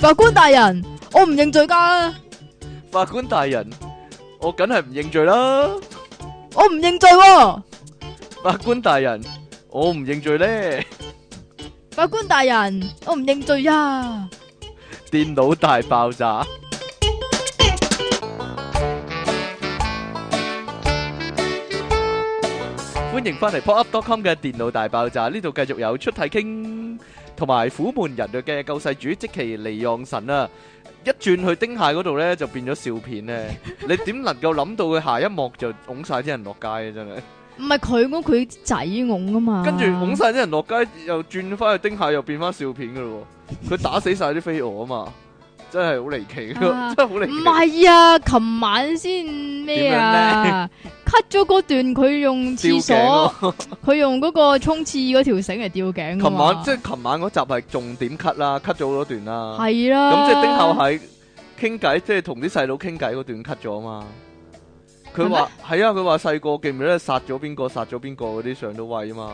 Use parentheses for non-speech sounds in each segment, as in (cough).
法官大人，我唔認罪噶，法官大人，我梗係唔認罪啦。我唔認罪喎。法官大人，我唔認罪 (laughs) 咧。法官大人，我唔認罪呀。電腦大爆炸。歡迎翻嚟 popup.com 嘅電腦大爆炸，呢度繼續有出體傾同埋苦悶人類嘅救世主即其離岸神啊！一轉去丁蟹嗰度咧，就變咗笑片咧。你點能夠諗到佢下一幕就拱晒啲人落街啊？真係，唔係佢㧬佢仔㧬啊嘛。跟住拱晒啲人落街，又轉翻去丁蟹，又變翻笑片噶咯喎。佢打死晒啲飛蛾啊嘛，真係好離奇咯，啊真係好離唔奇。係啊，琴晚先咩啊？cut 咗嗰段佢用吊廁頸所咯，，佢用嗰個沖廁嗰條繩嚟吊頸㗎琴嘛晚即係琴晚嗰集係重點 cut 啦，cut 咗好多段啦。係啊啦。咁即係丁孝喺傾偈，即係同啲細佬傾偈嗰段 cut 咗啊嘛。佢話係啊，佢話細個記唔記得殺咗邊個殺咗邊個嗰啲上到位啊嘛。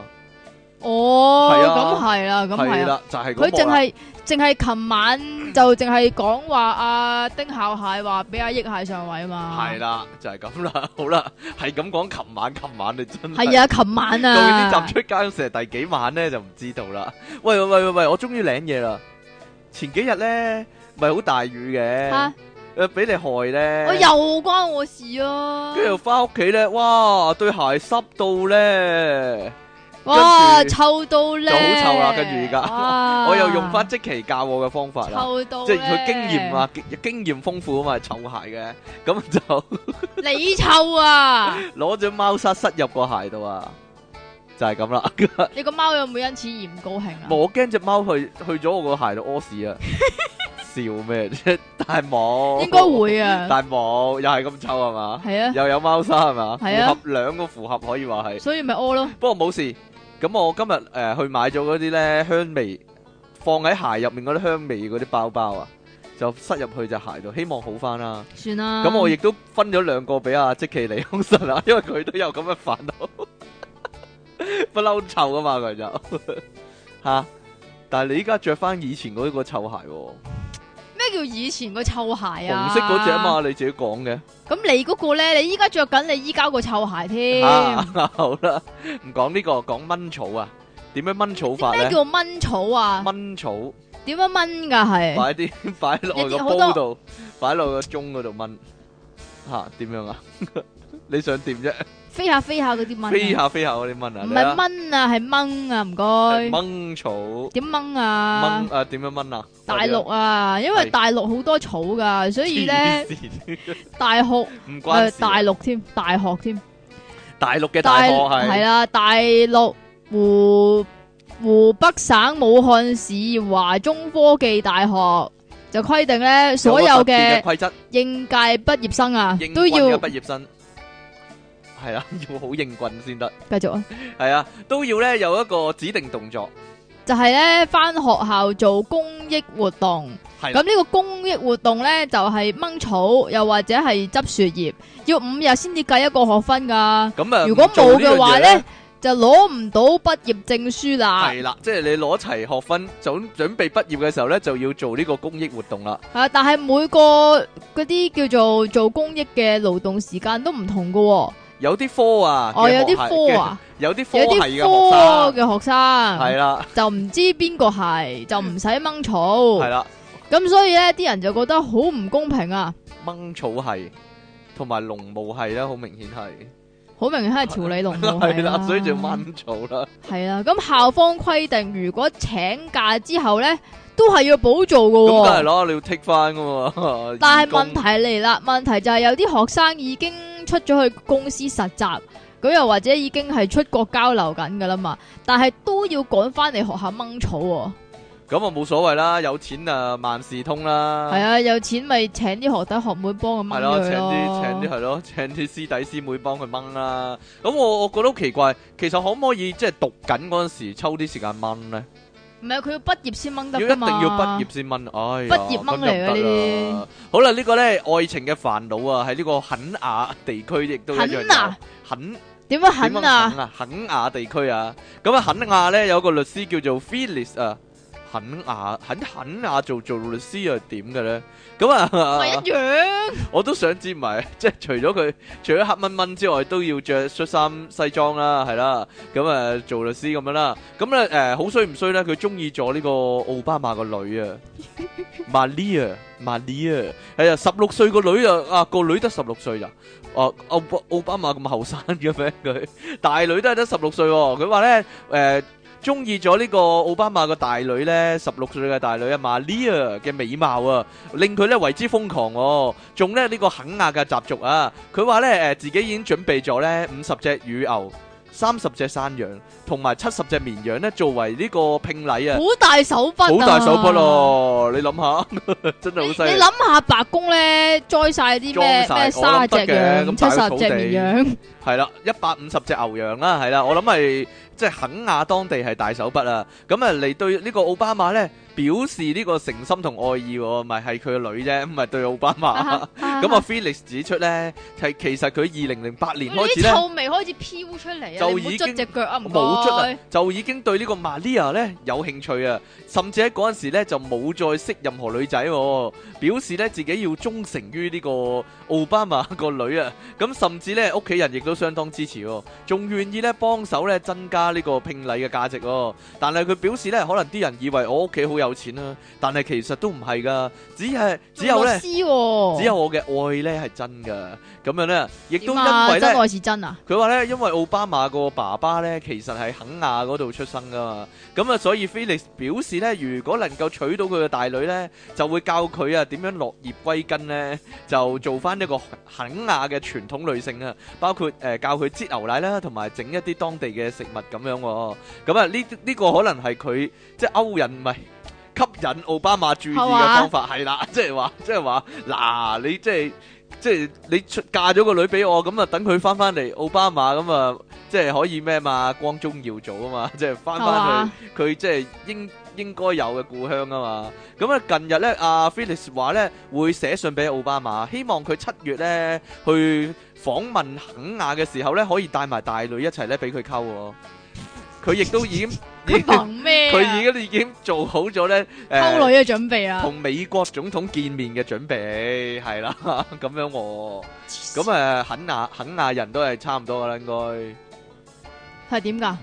哦，係啊咁係啦，咁係係啦。啦，就係佢嗰淨幕啦。係淨係琴晚就淨係講話阿丁孝蟹話俾阿益蟹上位嘛。係啦，就係咁啦。好啦，係咁講。琴晚，琴晚你真係係啊，琴晚到啊，呢集出街嗰時係第幾晚咧就唔知道啦。喂喂喂喂喂，我終於領嘢啦！前幾日咧咪好大雨嘅嚇，誒俾你害咧。我又關我事啊！跟住翻屋企咧，哇對鞋濕到咧，哇，跟住臭到咧，就好臭啦跟住而家家 (laughs) 我又用翻即期教我嘅方法啦，臭到，即係佢經驗，啊，經經驗豐富啊嘛，臭鞋嘅，咁就 (laughs) 你臭啊！攞隻貓砂塞入個鞋度啊，就係 (laughs) 咁啦。你個貓有冇因此而唔高興啊？我驚只貓去去咗我個鞋度屙 (laughs) 屎啊，笑咩啫？但係冇，應該，會啊，但係冇，又係咁臭係嘛？係啊，又有貓砂係嘛？係啊符合兩個符合可以話係。所以咪屙咯。不過冇事。咁我今日誒、呃去買咗嗰啲咧香味，放喺鞋入面嗰啲香味嗰啲包包啊，就塞入去隻鞋度，希望好翻啦。算啦，咁、我亦都分咗兩個俾阿即其尼康神 (laughs) 啦，因為佢都有咁嘅煩惱，不嬲臭噶嘛佢就 (laughs) 吓、但係你依家着翻以前嗰個臭鞋喎、咩叫以前個臭鞋啊？紅色嗰只啊嘛，你自己講嘅。咁你嗰個咧，你依家着緊你依家個臭鞋添。啊， (laughs) 好啦，唔講呢、個，講蚊草啊，點樣蚊草法咩咧？叫蚊草啊？啊蚊草。點樣蚊噶係？擺 (laughs) 啲擺落個有啲好多煲度，擺落個鐘嗰度炆吓，點樣 (laughs) 啊？你想點啫？飛下飛下嗰啲蚊啊。飛下飛下嗰啲炆啊，唔你啊係蚊啊，係掹啊，唔係該。掹草點掹啊掹？啊？點樣炆啊？大陸啊，因為係大陸好多草噶，所我以 ờ，哋咧 (laughs) 黐線大學唔關誒事大陸添，大學添，大陸嘅大學係啦，大陸湖湖北省武漢市華中科技大學就規定咧，所有個特別嘅規則，應屆畢業生啊應都棍要嘅畢業生係 (laughs) 啦，要好應棍先得，繼續啊，係啊，都要咧有一個指定動作，就係咧翻學校做公益活動。係咁啦呢個公益活動呢，就係、掹草，又或者係執樹葉，要五日先至計一個學分噶。咁啊，如果唔做冇呢樣嘅話嘢呢，就攞唔到畢業證書啦。係啦，即係你攞齊學分，準準備畢業嘅時候咧，就要做呢個公益活動啦。啊，但係每個嗰啲叫做做公益嘅勞動時間都唔同噶、喎。有啲科啊，哦，嘅有啲學系科啊，嘅 (laughs) 有啲科有啲系嘅科學生，嘅學係生啦，就唔知邊個係，就唔使掹草。係啦，咁所以呢啲人就覺得好唔公平啊！掹草系同埋農務系啦，好明顯係，好明顯係條理龍冇 (laughs) 係啦，所以就掹草啦，系啦，咁校方規定，如果請假之後咧，都係要補做噶、咁梗係喎。啦，你要剔翻噶嘛。但係義工問題嚟啦，問題就係有啲學生已經出咗去公司實習，咁又或者已經係出國交流緊噶啦嘛，但係都要趕翻嚟學校掹草、喎。咁啊冇所謂啦，有錢啊萬事通啦，係啊，有錢咪請啲學弟學妹幫佢係掹咯，請佢啲請啲係咯，請啲師弟師妹幫佢掹啦。咁我我覺得好奇怪，其實可唔可以即係讀緊嗰陣時抽啲時間掹咧？唔係啊佢要畢業先掹要得一噶定嘛？要畢業先掹，唉呀，畢業掹嚟㗎咁就唔得呢啦。好啦，呢個咧愛情嘅煩惱啊，喺呢個肯雅地區亦都一樣肯有啊。肯點樣點樣肯啊？à. 肯啊，肯雅地區啊，咁啊肯雅咧有個律師叫做 Phyllis 啊，肯雅肯肯雅做做律師又點嘅咧？咁啊，咪一樣，我都想知埋，即係除咗佢，除咗黑蚊蚊之外，都要着恤衫西裝啦，係啦，咁啊做律師咁樣啦，咁咧誒好衰唔衰咧？佢中意咗呢個奧巴馬個女啊，Malia Malia，係啊，十六歲個女啊，啊個女得十六歲咋？哦、奧巴奧巴馬 (laughs) 咁後生嘅咩？佢大女都係得十六歲喎，佢話咧誒。中意咗呢個奧巴馬個大女呢，十六歲嘅大女啊，Malia 嘅美貌啊，令佢咧為之瘋狂哦，仲咧呢、呢個肯亞嘅習俗啊，佢話咧誒自己已經準備咗咧五十隻乳牛、三十隻山羊同埋七十隻綿羊咧，作為呢個聘禮 (laughs) 啊，好大手筆啊，好大手筆！咯，你諗下， (laughs) 真你係好你犀利。諗下白宮咧栽晒啲咩裝晒咩我卅諗得隻嘅羊、咁七大個十土隻地綿羊，係啦，一百五十隻牛羊啦，係啦，我諗係即係肯亞當地係大手筆啊！咁啊嚟對呢個奧巴馬咧表示呢個誠心同愛意喎，咪係佢個女啫，唔係對奧巴馬。 (laughs) 咁咁 (laughs) 啊，Felix 指出咧，係其實佢二零零八年開始啲咧。臭味開始飄出嚟啊！就你唔好已捽經只腳啊，唔冇出該啊。，就已經對呢個 Maria 咧有興趣啊，甚至喺嗰陣時咧就冇再識任何女仔、喎，表示咧自己要忠誠於呢個奧巴馬個女啊，咁甚至咧屋企人亦都相當支持、喎，仲願意咧幫手咧增加呢個聘禮嘅價值、喎。但係佢表示咧，可能啲人以為我屋企好有錢啦、但係其實都唔係噶，只係只有咧。只只有我嘅愛咧係真噶，咁樣咧，亦都因為啊，咧真。愛是真啊！佢話咧，因為奧巴馬個爸爸咧，其實係肯亞嗰度出生噶嘛，咁啊，所以 Felix 表示咧，如果能夠娶到佢嘅大女咧，就會教佢啊點樣落葉歸根咧，就做翻一個肯亞嘅傳統女性啊，包括誒、呃教佢擠牛奶啦，同埋整一啲當地嘅食物咁樣喎、咁啊，呢呢、個可能係佢即係勾引唔係。吸引奧巴馬注意係嘅嘛方法係啦，即係話，即係話，嗱，你即係即係你出嫁咗個女俾我，咁啊等佢翻翻嚟奧巴馬咁啊，即係可以咩嘛？光宗耀祖啊嘛，即 (laughs) 係翻係翻嘛？去佢即係應應該有嘅故鄉啊嘛。咁啊近日咧，阿 Felix 話咧會寫信俾奧巴馬，希望佢七月咧去訪問肯亞嘅時候咧，可以帶埋大女一齊咧俾佢 (laughs) 溝喎。佢亦都已經已佢經憑咩啊？ (laughs) 佢已經已經做好咗咧誒。溝女嘅準 (laughs) 備啊！同美國總統見面嘅準備係啦，咁樣喎。咁咁誒、呃肯亞肯亞人都係差唔多噶啦， (laughs) 應係點㗎？該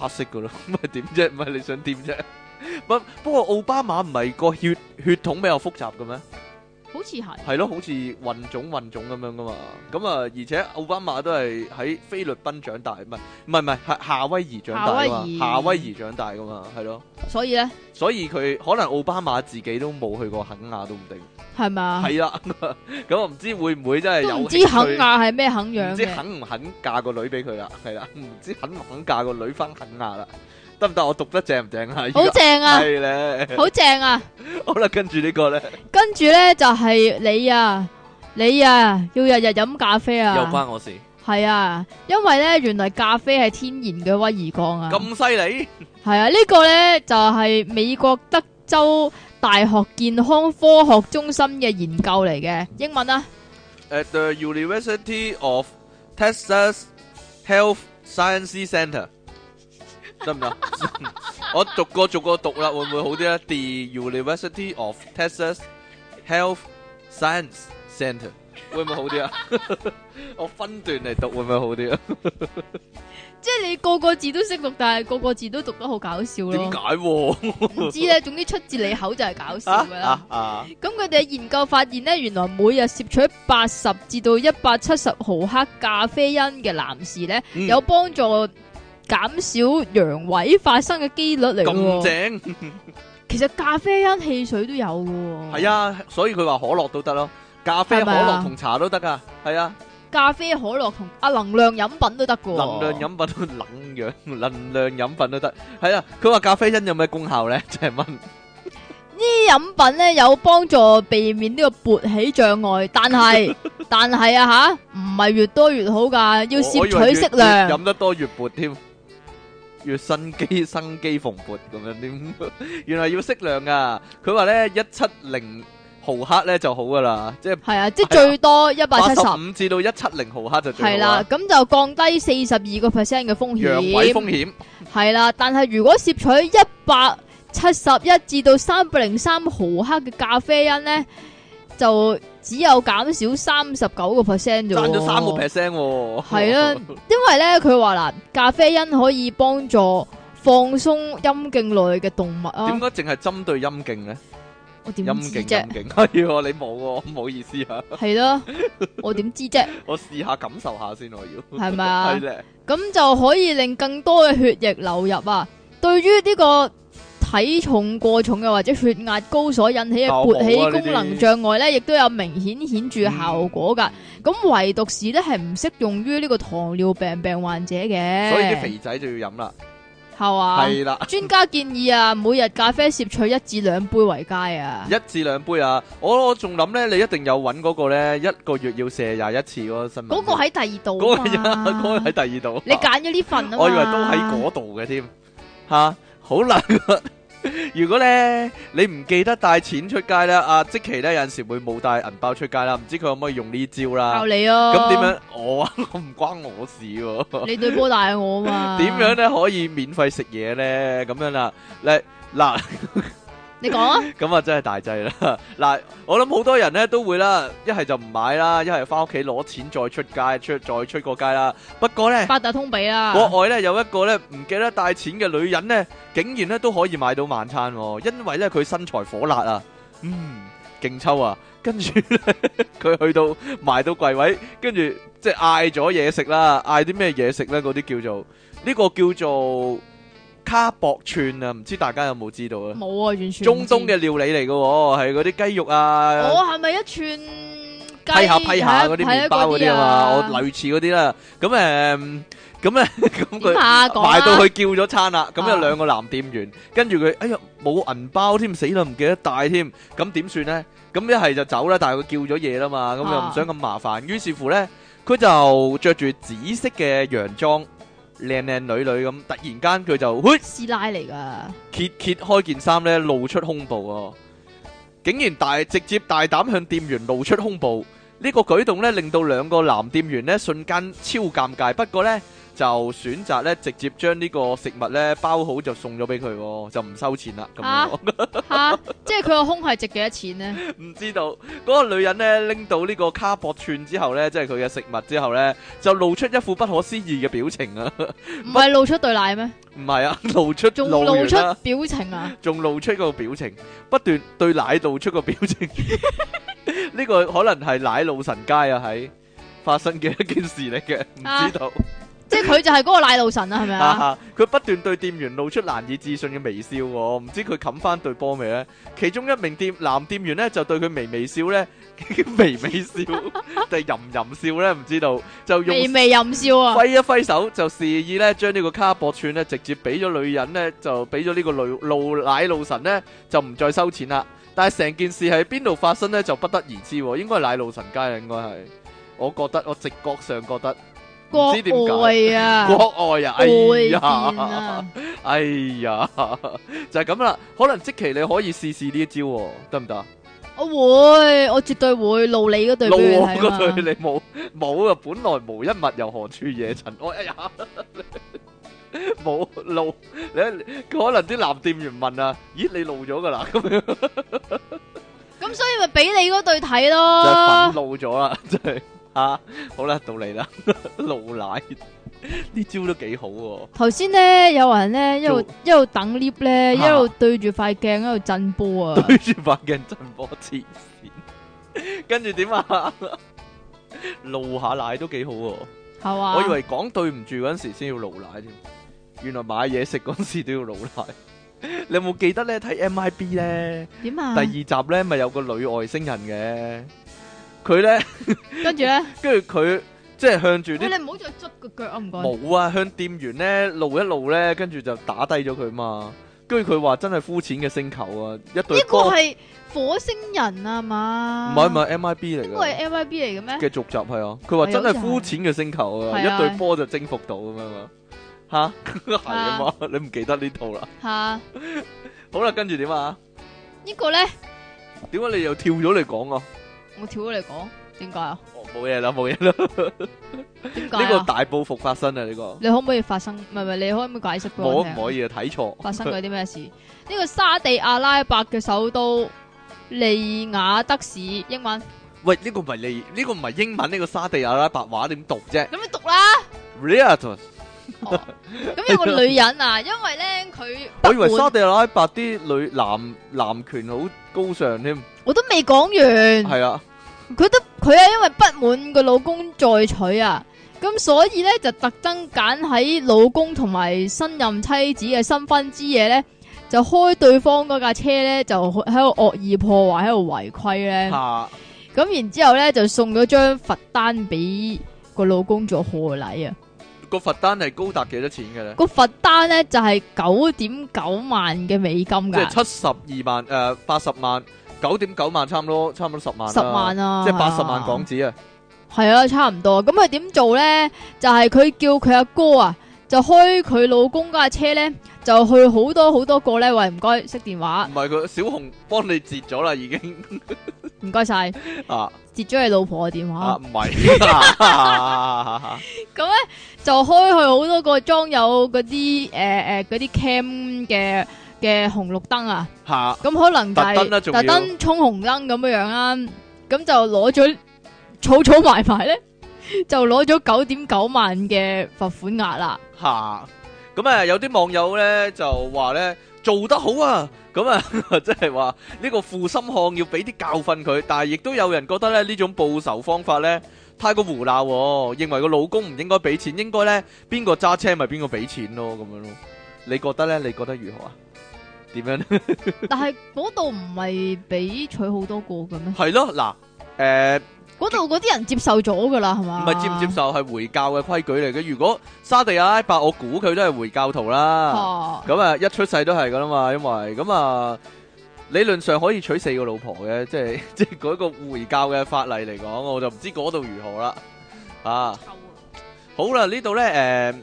黑色噶咯，咁係點啫？唔係你想點啫？ (laughs) 不不過奧巴馬唔係個血血統比較複雜嘅咩？好似係係咯，好似混種混種咁樣噶嘛。咁啊，而且奧巴馬都係喺菲律賓長大，唔係唔係唔係係夏威夷長大夏噶威嘛，夷夏威夷長大噶嘛，係咯。所以咧所以佢可能奧巴馬自己都冇去過肯亞都唔定。係咪啊？係啦， (laughs) 咁啊我唔知會唔會真係都有唔知興趣肯亞係咩肯唔樣知嘅，肯唔肯嫁個女俾佢啦，係啦，唔知肯唔肯嫁個女翻肯亞啦，得唔得？我讀得正唔正啊？好正啊！係咧，好正啊！好啦，跟住呢個咧跟住咧就係你啊，你啊，要日日飲咖啡又啊，關我事，係啊，因為咧原來咖啡係天然嘅威而鋼啊，咁犀利，係啊，呢個咧就係美國德州大學健康科學中心嘅研究嚟嘅，英文啊，誒，The University of Texas Health Science Center 得唔得？我逐個逐個讀啦，會唔會好啲咧？The University of Texas Health Science Center 會唔會好啲啊？我分段嚟讀會唔會好啲啊？即係你個個字都識讀，但係個個字都讀得好搞笑咯點解，喎？唔知咧，總之出自你口就係搞笑噶啦啊。啊！咁佢哋嘅研究發現呢，原來每日攝取八十至到一百七十毫克咖啡因嘅男士呢，嗯有幫助減少陽痿發生嘅機率嚟嘅咁喎。正其實咖啡因汽水都有嘅喎。係啊，所以佢話可樂都得咯，咖啡、係可咪啊樂同茶都得噶，係啊。咖啡、可樂同啊能量飲品都得嘅喎。能量飲品都能量能量飲品都得，係啊！佢話咖啡因有咩功效 (laughs) 咧？即係問啲飲品呢，有幫助避免呢個勃起障礙，但 (laughs) 係但係啊吓，唔係越多越好㗎，要攝我以為取越適量越。飲得多越勃添，越生機生機蓬勃咁樣 (laughs) 添。原來要適量噶。佢話咧一七零毫克咧就好噶啦，即係係啊，即係最多一百八七十十。五至到一七零毫克就系最好啦，啦。咁就降低四十二个 percent 嘅風陽痿風險，險係啦。但係如果攝取一百七十一至到三百零三毫克嘅咖啡因咧，就只有減少三十九個 percent 啫喎，爭咗三個 percent 喎。係 (laughs) 啊，因為咧佢話嗱，咖啡因可以幫助放鬆陰莖內嘅動物啊點，解淨係針對陰莖咧？我陰點知莖啫陰？ (laughs) 莖係喎，你冇喎，唔好意思啊，係咯，我點知啫？我試下感受下先，我要係咪 (laughs) 係啊？咧，咁就可以令更多嘅血液流入啊。對於呢個體重過重嘅或者血壓高所引起嘅效勃起果啊呢啲嗯功能障礙咧，亦都有明顯顯著效果噶。咁唯獨是咧係唔適用於呢個糖尿病病患者嘅，所以啲肥仔就要飲啦，係嘛？係啦。專家建議啊，每日咖啡攝取一至兩杯為佳啊。一至兩杯啊！我我仲諗咧，你一定有揾嗰個咧，一個月要射廿一次嗰個新聞。嗰個喺第二度嗰啊個喺嘛嗰個喺第二度。你揀咗呢份啊嘛我以為都喺嗰度嘅添，吓、好難。如果咧你唔記得帶錢出街咧，阿、即奇咧有陣時會冇帶銀包出街啦，唔知佢可唔可以用呢招啦教？你啊。咁點樣？我啊 (laughs) 唔關我事喎。你對波大我啊嘛。 (laughs) 點樣？咧可以免費食嘢咧？咁樣啦，嗱嗱。你講啊。咁啊，真係大劑啦！ (laughs) 嗱，我諗好多人咧都會啦，一係就唔買啦，一係翻屋企攞錢再出街，出再出個街啦。不過咧，八達通比啦。國外咧有一個咧唔記得帶錢嘅女人咧，竟然咧都可以買到晚餐、喎，因為咧佢身材火辣啊，嗯，勁抽啊！跟住咧， (laughs) 佢去到埋到櫃位，跟住即係嗌咗嘢食啦，嗌啲咩嘢食咧？嗰啲叫做呢、個叫做卡薄串啊，唔知大家有冇知道啊？冇啊，完全中唔知東嘅料理嚟嘅喎，係嗰啲雞肉啊，我係咪一串雞批下批下嗰啲麵包嗰啲啊嘛，我類似嗰啲啦。咁誒， (laughs) 咁咧咁點佢下講啊埋到去叫咗餐啦，咁有啊兩個男店員，跟住佢哎呀冇銀包添，死啦唔記得帶添，咁點算咧？咁一係就走啦，但係佢叫咗嘢啦嘛，咁又唔啊想咁麻煩，於是乎咧，佢就着住紫色嘅洋裝，靚靚女女咁，突然間佢就，喂！師奶嚟 (laughs) 㗎，揭揭開件衫咧，露出胸部啊！竟然大直接大膽向店員露出胸部，呢、個舉動咧令到兩個男店員咧瞬間超尷尬。不過咧就選擇咧直接將呢個食物咧包好就送咗俾佢喎，就唔收錢啦。咁啊樣 (laughs) 喎吓，即係佢個胸係值幾多錢咧？唔知道嗰、個女人咧拎到呢個卡薄串之後咧，即係佢嘅食物之後咧，就露出一副不可思議嘅表情啊！唔係露出對奶咩？唔係啊，露出仲露露完出啦表情啊？仲露出個表情，不斷對奶露出個表 (laughs) 情。呢個可能係奶路神街啊，喺發生嘅一件事嚟嘅，唔知道。即係佢就係嗰個奶路神啊， (laughs) 係咪啊？啊佢不斷對店員露出難以置信嘅微笑喎，唔知佢冚翻對波未呢？其中一名店男店員呢，就對佢微微笑呢， (laughs) 微微笑定係淫淫笑呢？唔知道，就用微微淫笑啊！揮一揮手就示意咧，將呢個卡薄串咧直接俾咗女人咧，就俾咗呢個露露奶路神咧，就唔再收錢啦。但係成件事係邊度發生咧，就不得而知喎。應該係奶路神街啊，應該係。我覺得我直覺上覺得，國唔知點解。外啊，國外啊，哎外見呀啊，，哎呀， (laughs) 就係咁啦。可能即期你可以試試呢一招喎，得唔得啊？我會，我絕對會露你嗰對露俾你我睇啊嗰嘛對你冇冇啊！本來無一物，又何處惹塵埃？哎呀， (laughs) 冇露你可能啲男店員問啊，咦你露咗噶啦，咁樣就咁所以咪俾你嗰對睇咯憤。怒咗啦，真係啊！好啦，到你啦， (laughs) 露奶呢招都幾好喎，頭先咧，有人咧一路一路等 lift 咧，啊一路對住塊鏡喺度震波啊！對住塊鏡震波黐線，跟住點啊？露下奶都幾好喎，系嘛？我以為講對唔住嗰陣時先要露奶添。原來買嘢食嗰陣時都要老奶。 (laughs) 你有冇記得咧睇 MIB 咧、点啊？第二集咧咪有個女外星人嘅，佢咧跟住咧， (laughs) 跟住佢即係向住喂，啲你唔好再捽個腳啊！唔該。冇啊，向店員咧露一露咧，跟住就打低咗佢嘛。跟住佢話真係膚淺嘅星球啊，一對呢個波唔係火星人啊嘛？係唔係 MIB 嚟呢個係嘅 M I B 嚟嘅咩？嘅續集係啊。佢話真係膚淺嘅星球啊，係啊一對波就征服到咁樣啊。 (laughs) 吓係啊嘛，你唔記得呢套啦。吓，好啦，跟住點啊？呢個咧，點解你又跳咗嚟講啊？我跳咗嚟講，點解啊？我唔冇嘢啦，冇嘢啦，点解呢個啊？大報復發生啊！呢個你可唔可以發生？唔係唔係，你可唔可以解釋俾我我唔可以以啊，睇錯。發生過啲咩事？呢個沙地阿拉伯嘅首都利雅德市，英文喂，呢個唔係你，呢個唔係英文，呢個沙地阿拉伯話點讀啫咁你讀啦。 ？Riyadh，哦咁有個女人啊，因為咧佢我以為沙滿地阿拉伯啲女男男權好高尚添，我都未講完。係啊，佢都佢係因為不滿個老公再娶啊，咁所以咧就特登揀喺老公同埋新任妻子嘅新婚之夜咧，就開對方嗰架車咧，就喺度惡意破壞，喺度違規咧，嚇咁然之後咧就送咗張罰單俾個老公做賀禮啊，個罰單係高達幾多錢嘅咧？個罰單咧就係九點九萬嘅美金即係㗎， 72萬，誒，80萬，9.9萬，差唔多-差唔多10萬啦。十萬啊，即係係80啊萬港紙啊。系啊，差唔多。咁佢點做咧？就係佢叫佢阿哥啊，就開佢老公嗰架車咧，就去好多好多個咧。喂，唔該，熄電話，唔係，佢小紅幫你截咗啦，已經。唔該晒，啊，截咗你老婆嘅電話，啊，唔係。就開去好多個裝有嗰啲诶诶嗰啲 cam 嘅嘅紅綠燈啊。 (laughs) 嚇，咁可能就係特登啦仲要特登衝紅燈咁樣样啦。咁就攞咗草草埋埋咧，就攞咗九點九萬嘅罰款額啦。嚇。咁啊，有啲網友呢，就話呢，做得好啊。咁啊， (laughs) 即係話呢個負心漢要俾啲教訓佢，但係亦都有人覺得呢，呢種報仇方法呢，太過胡鬧喎，認為個老公唔應該俾錢，應該呢，邊個揸車咪邊個俾錢咯，咁樣咯。你覺得呢？你覺得如何啊？點樣呢？ (laughs) 但係嗰度唔係俾娶好多個嘅咩？係咯，嗱，誒，嗰度嗰啲人接受咗噶啦，係嘛？唔係接唔接受係回教嘅規矩嚟嘅。如果沙地阿拉伯，我估佢都係回教徒啦。哦，咁啊，一出世都係噶啦嘛，因為咁啊，理論上可以娶四個老婆嘅，即係 (laughs) 即係嗰個回教嘅法例嚟講，我就唔知嗰度如何啦。啊，好啦，呢度呢，誒、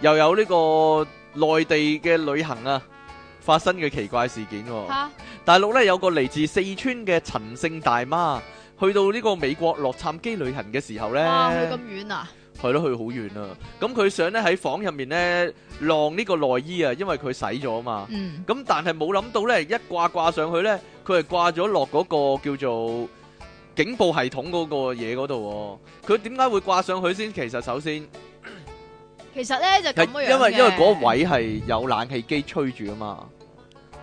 又有呢個內地嘅旅行啊發生嘅奇怪事件喎、吓大陸咧有個嚟自四川嘅陳姓大媽，去到呢個美國洛杉磯旅行嘅時候呢。哇，去咁遠啊！係咯，去好遠啊！咁佢想咧喺房入面咧晾呢個內衣啊，因為佢洗咗嘛。嗯，咁但係冇諗到咧，一掛掛上去咧，佢係掛咗落嗰個叫做警報系統嗰個嘢嗰度喎。佢點解會掛上去先？其實首先其實咧就咁樣係嘅因為因為嗰個位係有冷氣機吹住啊嘛。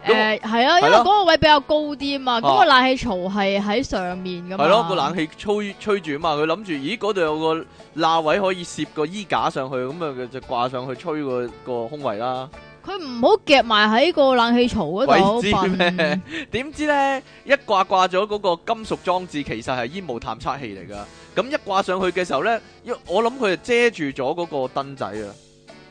誒係啊，因為係咯嗰個位比較高啲啊嘛，嗰個冷氣槽係喺上面噶嘛。係咯，個冷氣吹吹住啊嘛，佢諗住，咦嗰度有個罅位可以攝個衣架上去，咁啊佢就掛上去吹個個空位啦。佢唔好夾埋喺個冷氣槽嗰度鬼知咩瞓。點知呢？一掛掛咗嗰個金屬裝置，其實係煙霧探測器嚟噶。咁一掛上去嘅時候呢，因我諗佢係遮住咗嗰個燈仔啊，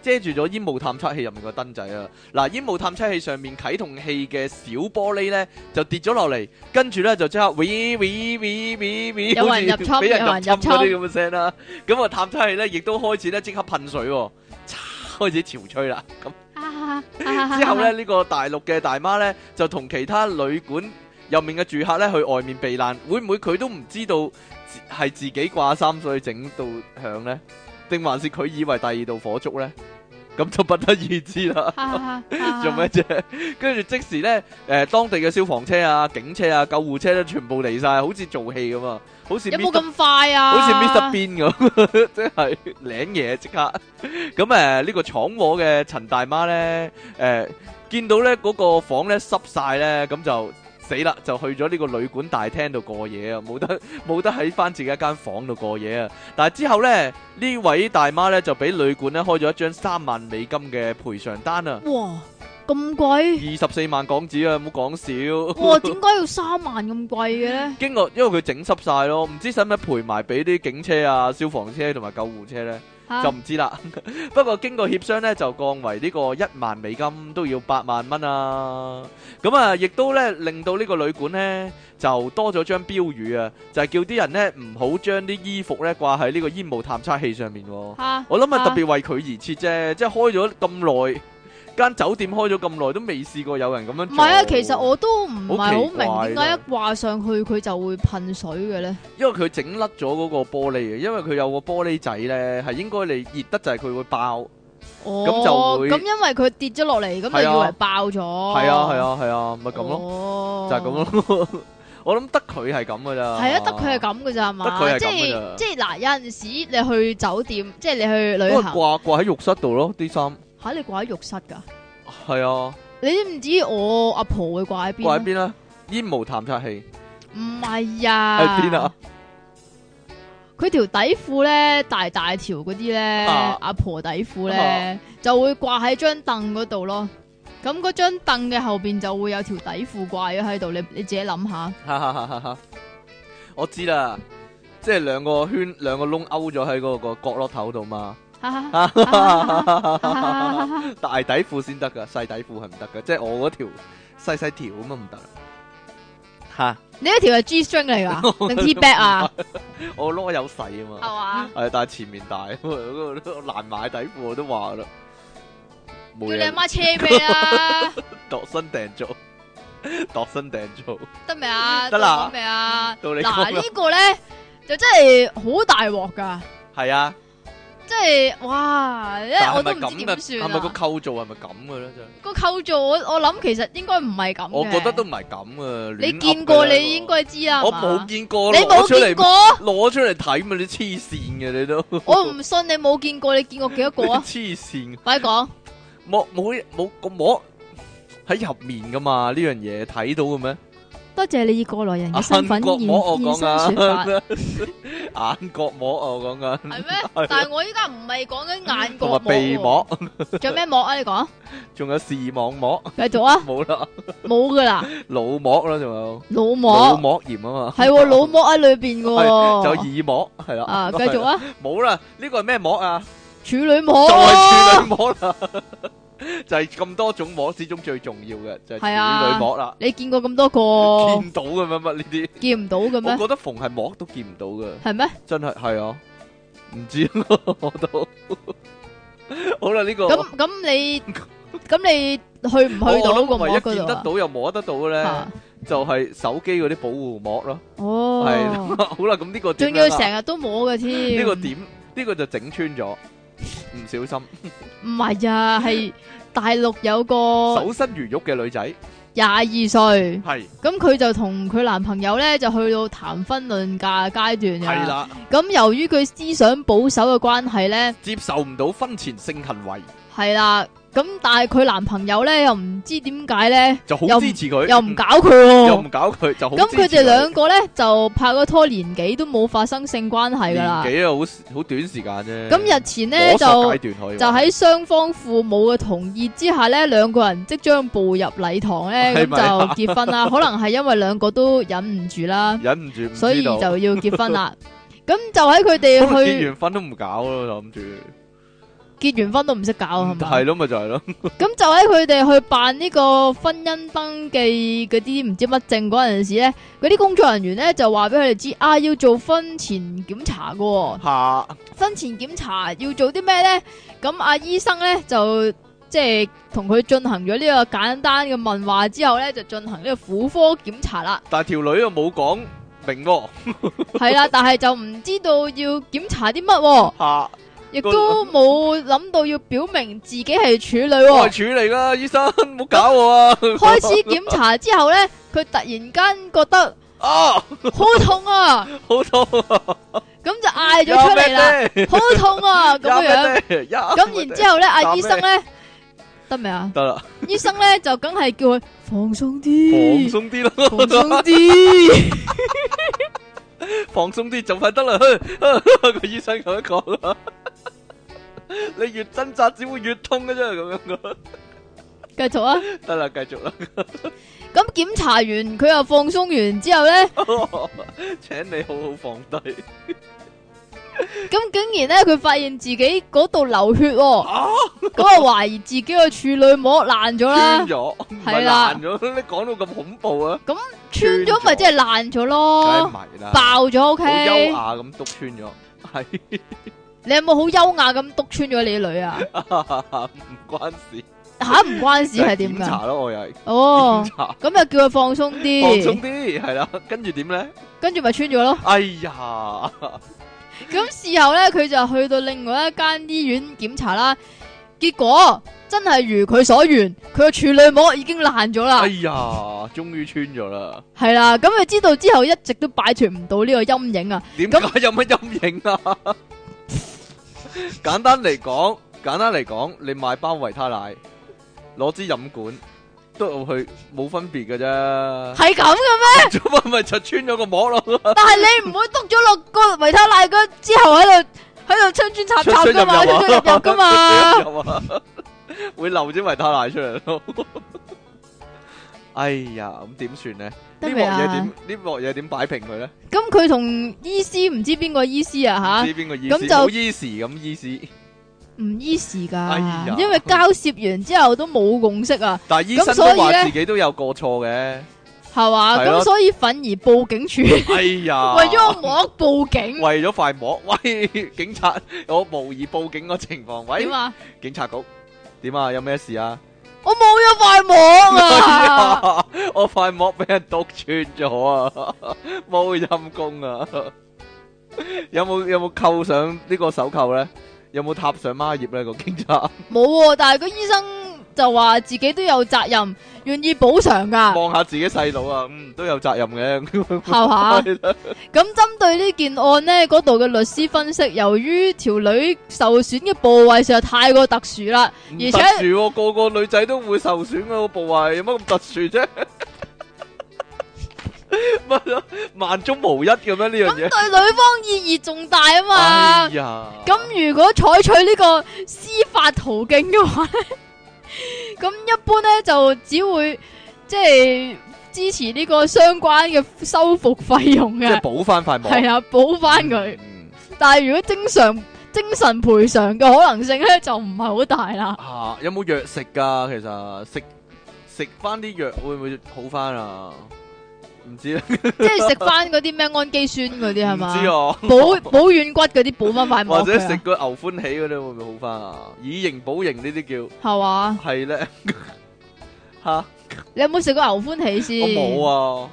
遮住咗煙霧探測器入面個燈仔啊。嗱，煙霧探測器上面啟動器嘅小玻璃呢，就跌咗落嚟，跟住呢，就即刻 wee wee wee wee wee，有人入侵好似俾人有人入入侵侵嗰啲咁嘅聲啦。咁啊，探測器呢，亦都開始呢，即刻噴水喎，開始潮吹啦。咁 (laughs) 之後咧，呢、個大陸嘅大媽呢，就同其他旅館入面嘅住客呢去外面避難，會唔會佢都唔知道自係自己掛衫所以整到響呢？定還是佢以為第二度火燭呢？ (laughs) 咁就不得而知啦。做咩？啫？跟住即時呢，誒、當地嘅消防車啊、警車啊、救護車咧，全部嚟晒，好似做戲咁啊，好似有 Mr. 冇咁快啊？好似 Mr Bean (laughs) 咁，即係領嘢即刻。咁誒呢個闖禍嘅陳大媽咧，誒、Ờ, 見到咧嗰、個房咧濕晒咧，咁就死啦，就去咗呢個旅館大廳度過夜啊，冇得冇得喺翻自己一間房度過夜啊。但係之後咧，呢位大媽咧就俾旅館咧開咗一張三萬美金嘅賠償單啊，哇，咁貴！二十四萬港紙啊，唔好講少。哇， (laughs) 點解要三萬咁貴嘅咧？經過，因為佢整濕晒咯，唔知使唔使賠埋俾啲警車啊、消防車同埋救護車咧？嚇就唔知啦。 (laughs) 不過經過協商呢，就降為呢個一萬美金都要八萬蚊啊。咁啊，亦都呢令到呢個旅館呢，就多咗張標語啊，就係叫啲人呢唔好將啲衣服呢掛喺呢個煙霧探測器上面、喎。嚇我諗係啊特別為佢而設啫，即係開咗咁耐。間酒店開咗咁耐都未試過有人咁樣唔做。係啊，其實我都唔係好好奇怪明點解真係一掛上去佢就會噴水嘅咧。因為佢整甩咗嗰個玻璃嘅，因為佢有個玻璃仔咧，係應該你熱得就係佢會爆。哦就，會咁因為佢跌咗落嚟，咁係就啊以為爆咗。係啊係，啊係啊，咪咁咯，咯就係咁咯。 (laughs) 我諗得佢係咁噶咋。哦係啊，得佢係咁嘅咋係嘛？得佢係即咁嘅係咋即係嗱，有陣時你去酒店，即係你去旅因為行掛掛喺浴室度咯，啲衫吓，你掛喺浴室㗎？係啊，你知唔知我阿婆會掛喺邊掛啊喺？邊啦？煙霧探測器唔係喺啊，邊啊？？佢條底褲咧大大條嗰啲咧，啊阿婆底褲咧啊就會掛喺張凳嗰度咯。咁嗰張凳嘅後邊就會有條底褲掛咗喺度，你你自己諗 (laughs) 下。哈哈哈哈哈！我知啦，即係兩個圈兩個窿勾咗喺嗰個角落頭度 (laughs) 嘛。大底褲先得噶，細底褲係唔得噶，即係我嗰條細細條咁啊唔得。吓，你一條係 G string 嚟 (laughs) 噶，定 T back 啊？我攞有細啊係嘛，嘛？係但係前面大，啊嗰個難買底褲我都話啦，冇叫你阿嘢，媽車咩 (laughs) 啊？度身訂做， (laughs) 度身訂做，得未啊？得啦講未啊？到你嗱講啦呢個咧就真係好大鑊噶，係啊，即係哇！咧但我係都咪唔知咁點嘅？算係咪個啊！構造係咪咁嘅咧？真係，個構造我我諗其實應該唔係咁嘅我覺得都唔係咁啊，你亂噏見過嘅呢你應該知啦，個，我係嘛冇見過，你攞出冇見嚟過，攞出嚟睇嘛，你黐線嘅你都，我唔信你冇見過，你見 (laughs) 過幾多 (laughs) 個啊？黐線。快講，冇冇冇個膜喺入面噶嘛？呢樣嘢睇到嘅咩？多謝你以過來人嘅眼身份角現現膜我身講說 (laughs) 法，啊，眼角膜啊我講緊，係咩？但係我依家唔係講緊眼角同膜埋鼻膜，喎，仲有咩膜啊？你講，仲有視網膜，繼續啊，冇啦，冇噶啦， (laughs) 腦膜啦，仲有腦腦膜膜炎啊嘛，係喎，腦膜喺裏邊噶仲喎，有耳膜係啦， (laughs) 啊，繼續啊，冇啦，呢個係咩膜啊？處女膜就係處啊，女膜啦， (laughs) 就係咁多種膜之中最重要嘅就係係啊處女膜啦，你見過咁多個，見到嘅乜乜呢啲，見唔到嘅我咩？覺得逢係膜都見唔到嘅。係咩？真係係啊，唔知 (laughs) 我都好啦，呢、個咁咁你咁你去唔我去到嗰我諗個膜唯一見嗰得度啊？到又摸得到嘅咧，嚇就係手機嗰啲保護膜咯。係啦、哦。 (laughs) 好啦，咁呢個仲點要樣啦成日都摸嘅添。呢個點呢個就整穿咗，唔小心唔係啊，係大陸有個手身如玉嘅女仔廿二歲，係咁佢就同佢男朋友咧就去到談婚論嫁嘅階段係啊。啦，咁由於佢思想保守嘅關係咧，接受唔到婚前性行為係啦。咁但係佢男朋友咧又唔知點解咧，就好又唔支持佢，又唔搞佢 (laughs) 又喎。唔搞佢就好支咁持。佢哋兩個咧就拍咗拖年幾都冇發生性關係噶年啦。紀啊，好好短時間啫。咁日前咧摸就索階段可以就話喺雙方父母嘅同意之下咧，兩個人即將步入禮堂咧， (laughs) 係咪啊咁就結婚 (laughs) 啦。可能係因為兩個都忍唔住啦，忍唔住唔所以知就道。要結婚 (laughs) 啦。咁就喺佢哋可能結去完婚都唔搞咯，諗住。結完婚都唔識搞係系咪？咯，咪 (laughs) 就係咯，咁就喺佢哋去辦呢個婚姻登記嗰啲唔知乜證嗰陣時咧，嗰啲工作人員咧就話俾佢哋知啊，要做婚前檢查噶、喎。下婚前檢查要做啲咩呢？咁阿醫生呢，就即係同佢進行咗呢個簡單嘅問話之後呢，就進行呢個婦科檢查 (laughs) 啦。但系条女又冇講明喎，係啦，但係就唔知道要檢查啲乜喎，下亦都冇諗到要表明自己係處女、 (laughs) 喎。我係處嚟噶，醫生唔好搞我啊！ (laughs) 開始檢查之後呢，佢突然間覺 (laughs) 得啊，好痛啊，好痛啊！咁就嗌咗出嚟啦，有咩啫，好痛啊咁樣樣。咁然之后後呢，阿打醫咩生呢，得未啊？得啦，醫生咧就梗係叫佢放鬆放啲，鬆啲咯，放鬆 (laughs) 啲，放鬆啲就快得啦。個醫生咁樣講啦， (laughs) 你越掙扎只會越痛嘅啫，咁樣噶。繼續啊！得啦，繼續啦， (laughs) 咁檢查完佢又放鬆完之後咧，請你好好放低。 (laughs) 咁竟然咧佢發現自己嗰度流血喎、啊！咁啊懷疑自己個處女膜爛咗啦穿， (laughs) 咗，唔啊係係啦爛咗，你講到咁恐怖啊！穿咗咪即係爛咗梗係咯唔，係啦，爆咗好優 OK。雅咁篤穿咗，係 (laughs) 你有冇好優雅咁篤穿咗你女啊？唔關事。吓唔關事係點㗎？檢查咯，我又係。哦，檢查，咁就叫佢放鬆啲，跟住咪穿咗咯。啊放鬆啲，係啦，跟住點呢？哎呀，係，咁事後咧，佢就去到另外一間醫院檢查啦，結果真係如佢所願，佢嘅處女膜已經爛咗哎啦。哎呀，終於穿咗啦。點解係啦，咁佢知道之後一直都擺脱唔到呢個陰影啊。有乜陰影啊？簡單嚟講，簡單嚟講，你買包維他奶，攞支飲管，篤入去，冇分別㗎啫。啊係咁嘅，做乜咪就穿咗個膜咯？ (laughs) 但係你唔會篤咗落個維他奶嗰之後喺度喺度穿穿插插噶嘛，出出入入啊。穿穿入入噶嘛。 (laughs) 出出入入啊。會漏啲維他奶出嚟咯。哎呀，咁點算呢？得呢未鑊嘢啊點？？呢鑊嘢點擺平佢咧？咁佢同醫師唔知邊個醫師唔啊知邊個意思？咁就冇意思咁意思。吓，唔醫事哎噶呀，因為交涉完之後都冇共識啊，但係醫生咁所以都話呢自己都有過錯嘅。係嘛？係咯咁所以反而報警處，為哎呀，咗個膜報警， (laughs) 為咗塊膜，喂，警察， (laughs) 我無意報警個情況，喂點，啊？警察局點啊？有咩事啊？我冇咗塊膜啊！哎呀 (laughs) 我塊膜俾人篤穿咗啊！ (laughs) 冇陰功啊！ (laughs) 有冇有冇扣上呢個手扣咧？有冇踏上孖葉咧？個警 (laughs) 察冇喎，但係個醫生就話自己都有責任，願意啊補償噶。望下自己細佬啊，嗯，都有責任嘅。係嘛係啦咁針對呢件案呢，嗰度嘅律師分析，由於條女受損嘅部位實在太過特殊 (laughs) 啦，唔而且特殊喎、個个女仔都會受損嗰個部位，有乜咁特殊啫？ (laughs) 乜啊萬中無一咁樣呢樣咁對嘢？女方意義重大啊嘛哎。呀，咁如果採取呢個司法途徑嘅話咧，咁一般咧就只會即係支持呢個相關嘅修復費用即嘅，係補翻塊膜，係啦，補翻佢。嗯但係如果正常精神賠償嘅可能性咧，就唔係好大 (laughs) 啦。啊，有冇藥食噶？其實食食翻啲藥會唔會好翻啊？唔知咧，即係食翻嗰啲咩氨基酸嗰啲係唔知嘛？啊，補補軟骨嗰啲補翻塊膜或佢者啊，食個牛歡喜嗰啲會唔會好翻啊？以形補形呢啲係嘛叫？係 (laughs) 咧，吓我你有冇食過牛歡喜先？啊，冇啊。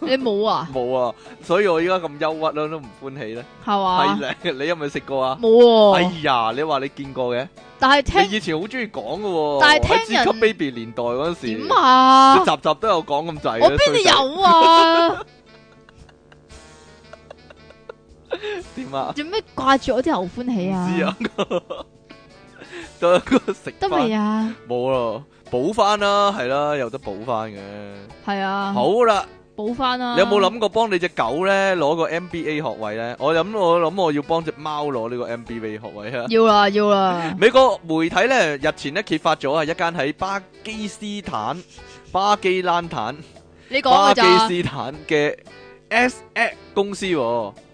你冇啊？冇啊，所以我依家咁憂鬱啦，都唔歡喜咧。係嘛？係咧， (laughs) 你有冇食過啊啊？冇哎喎，呀，你話你見過嘅？但係聽你以前好中意講嘅喎，但係聽人喺《知級 Baby》年代嗰陣時，點啊？集集都有講咁滯嘅。我邊度衰仔有啊？點啊？ (laughs) 做咩掛住我啲牛歡喜啊？唔知啊，得個食得未啊？啊？冇咯，補翻啦，係啦，有得補翻嘅。係啊，好啦，補翻啦。你有冇諗過幫你只狗咧攞個 MBA 學位咧？我諗我諗我要幫只貓攞呢個 MBA 學位啊！要啦，要啦。美國媒體咧日前咧揭發咗啊一間喺巴基斯坦、巴基蘭坦、你講巴嘅基咋？斯坦嘅 S X 公司喎、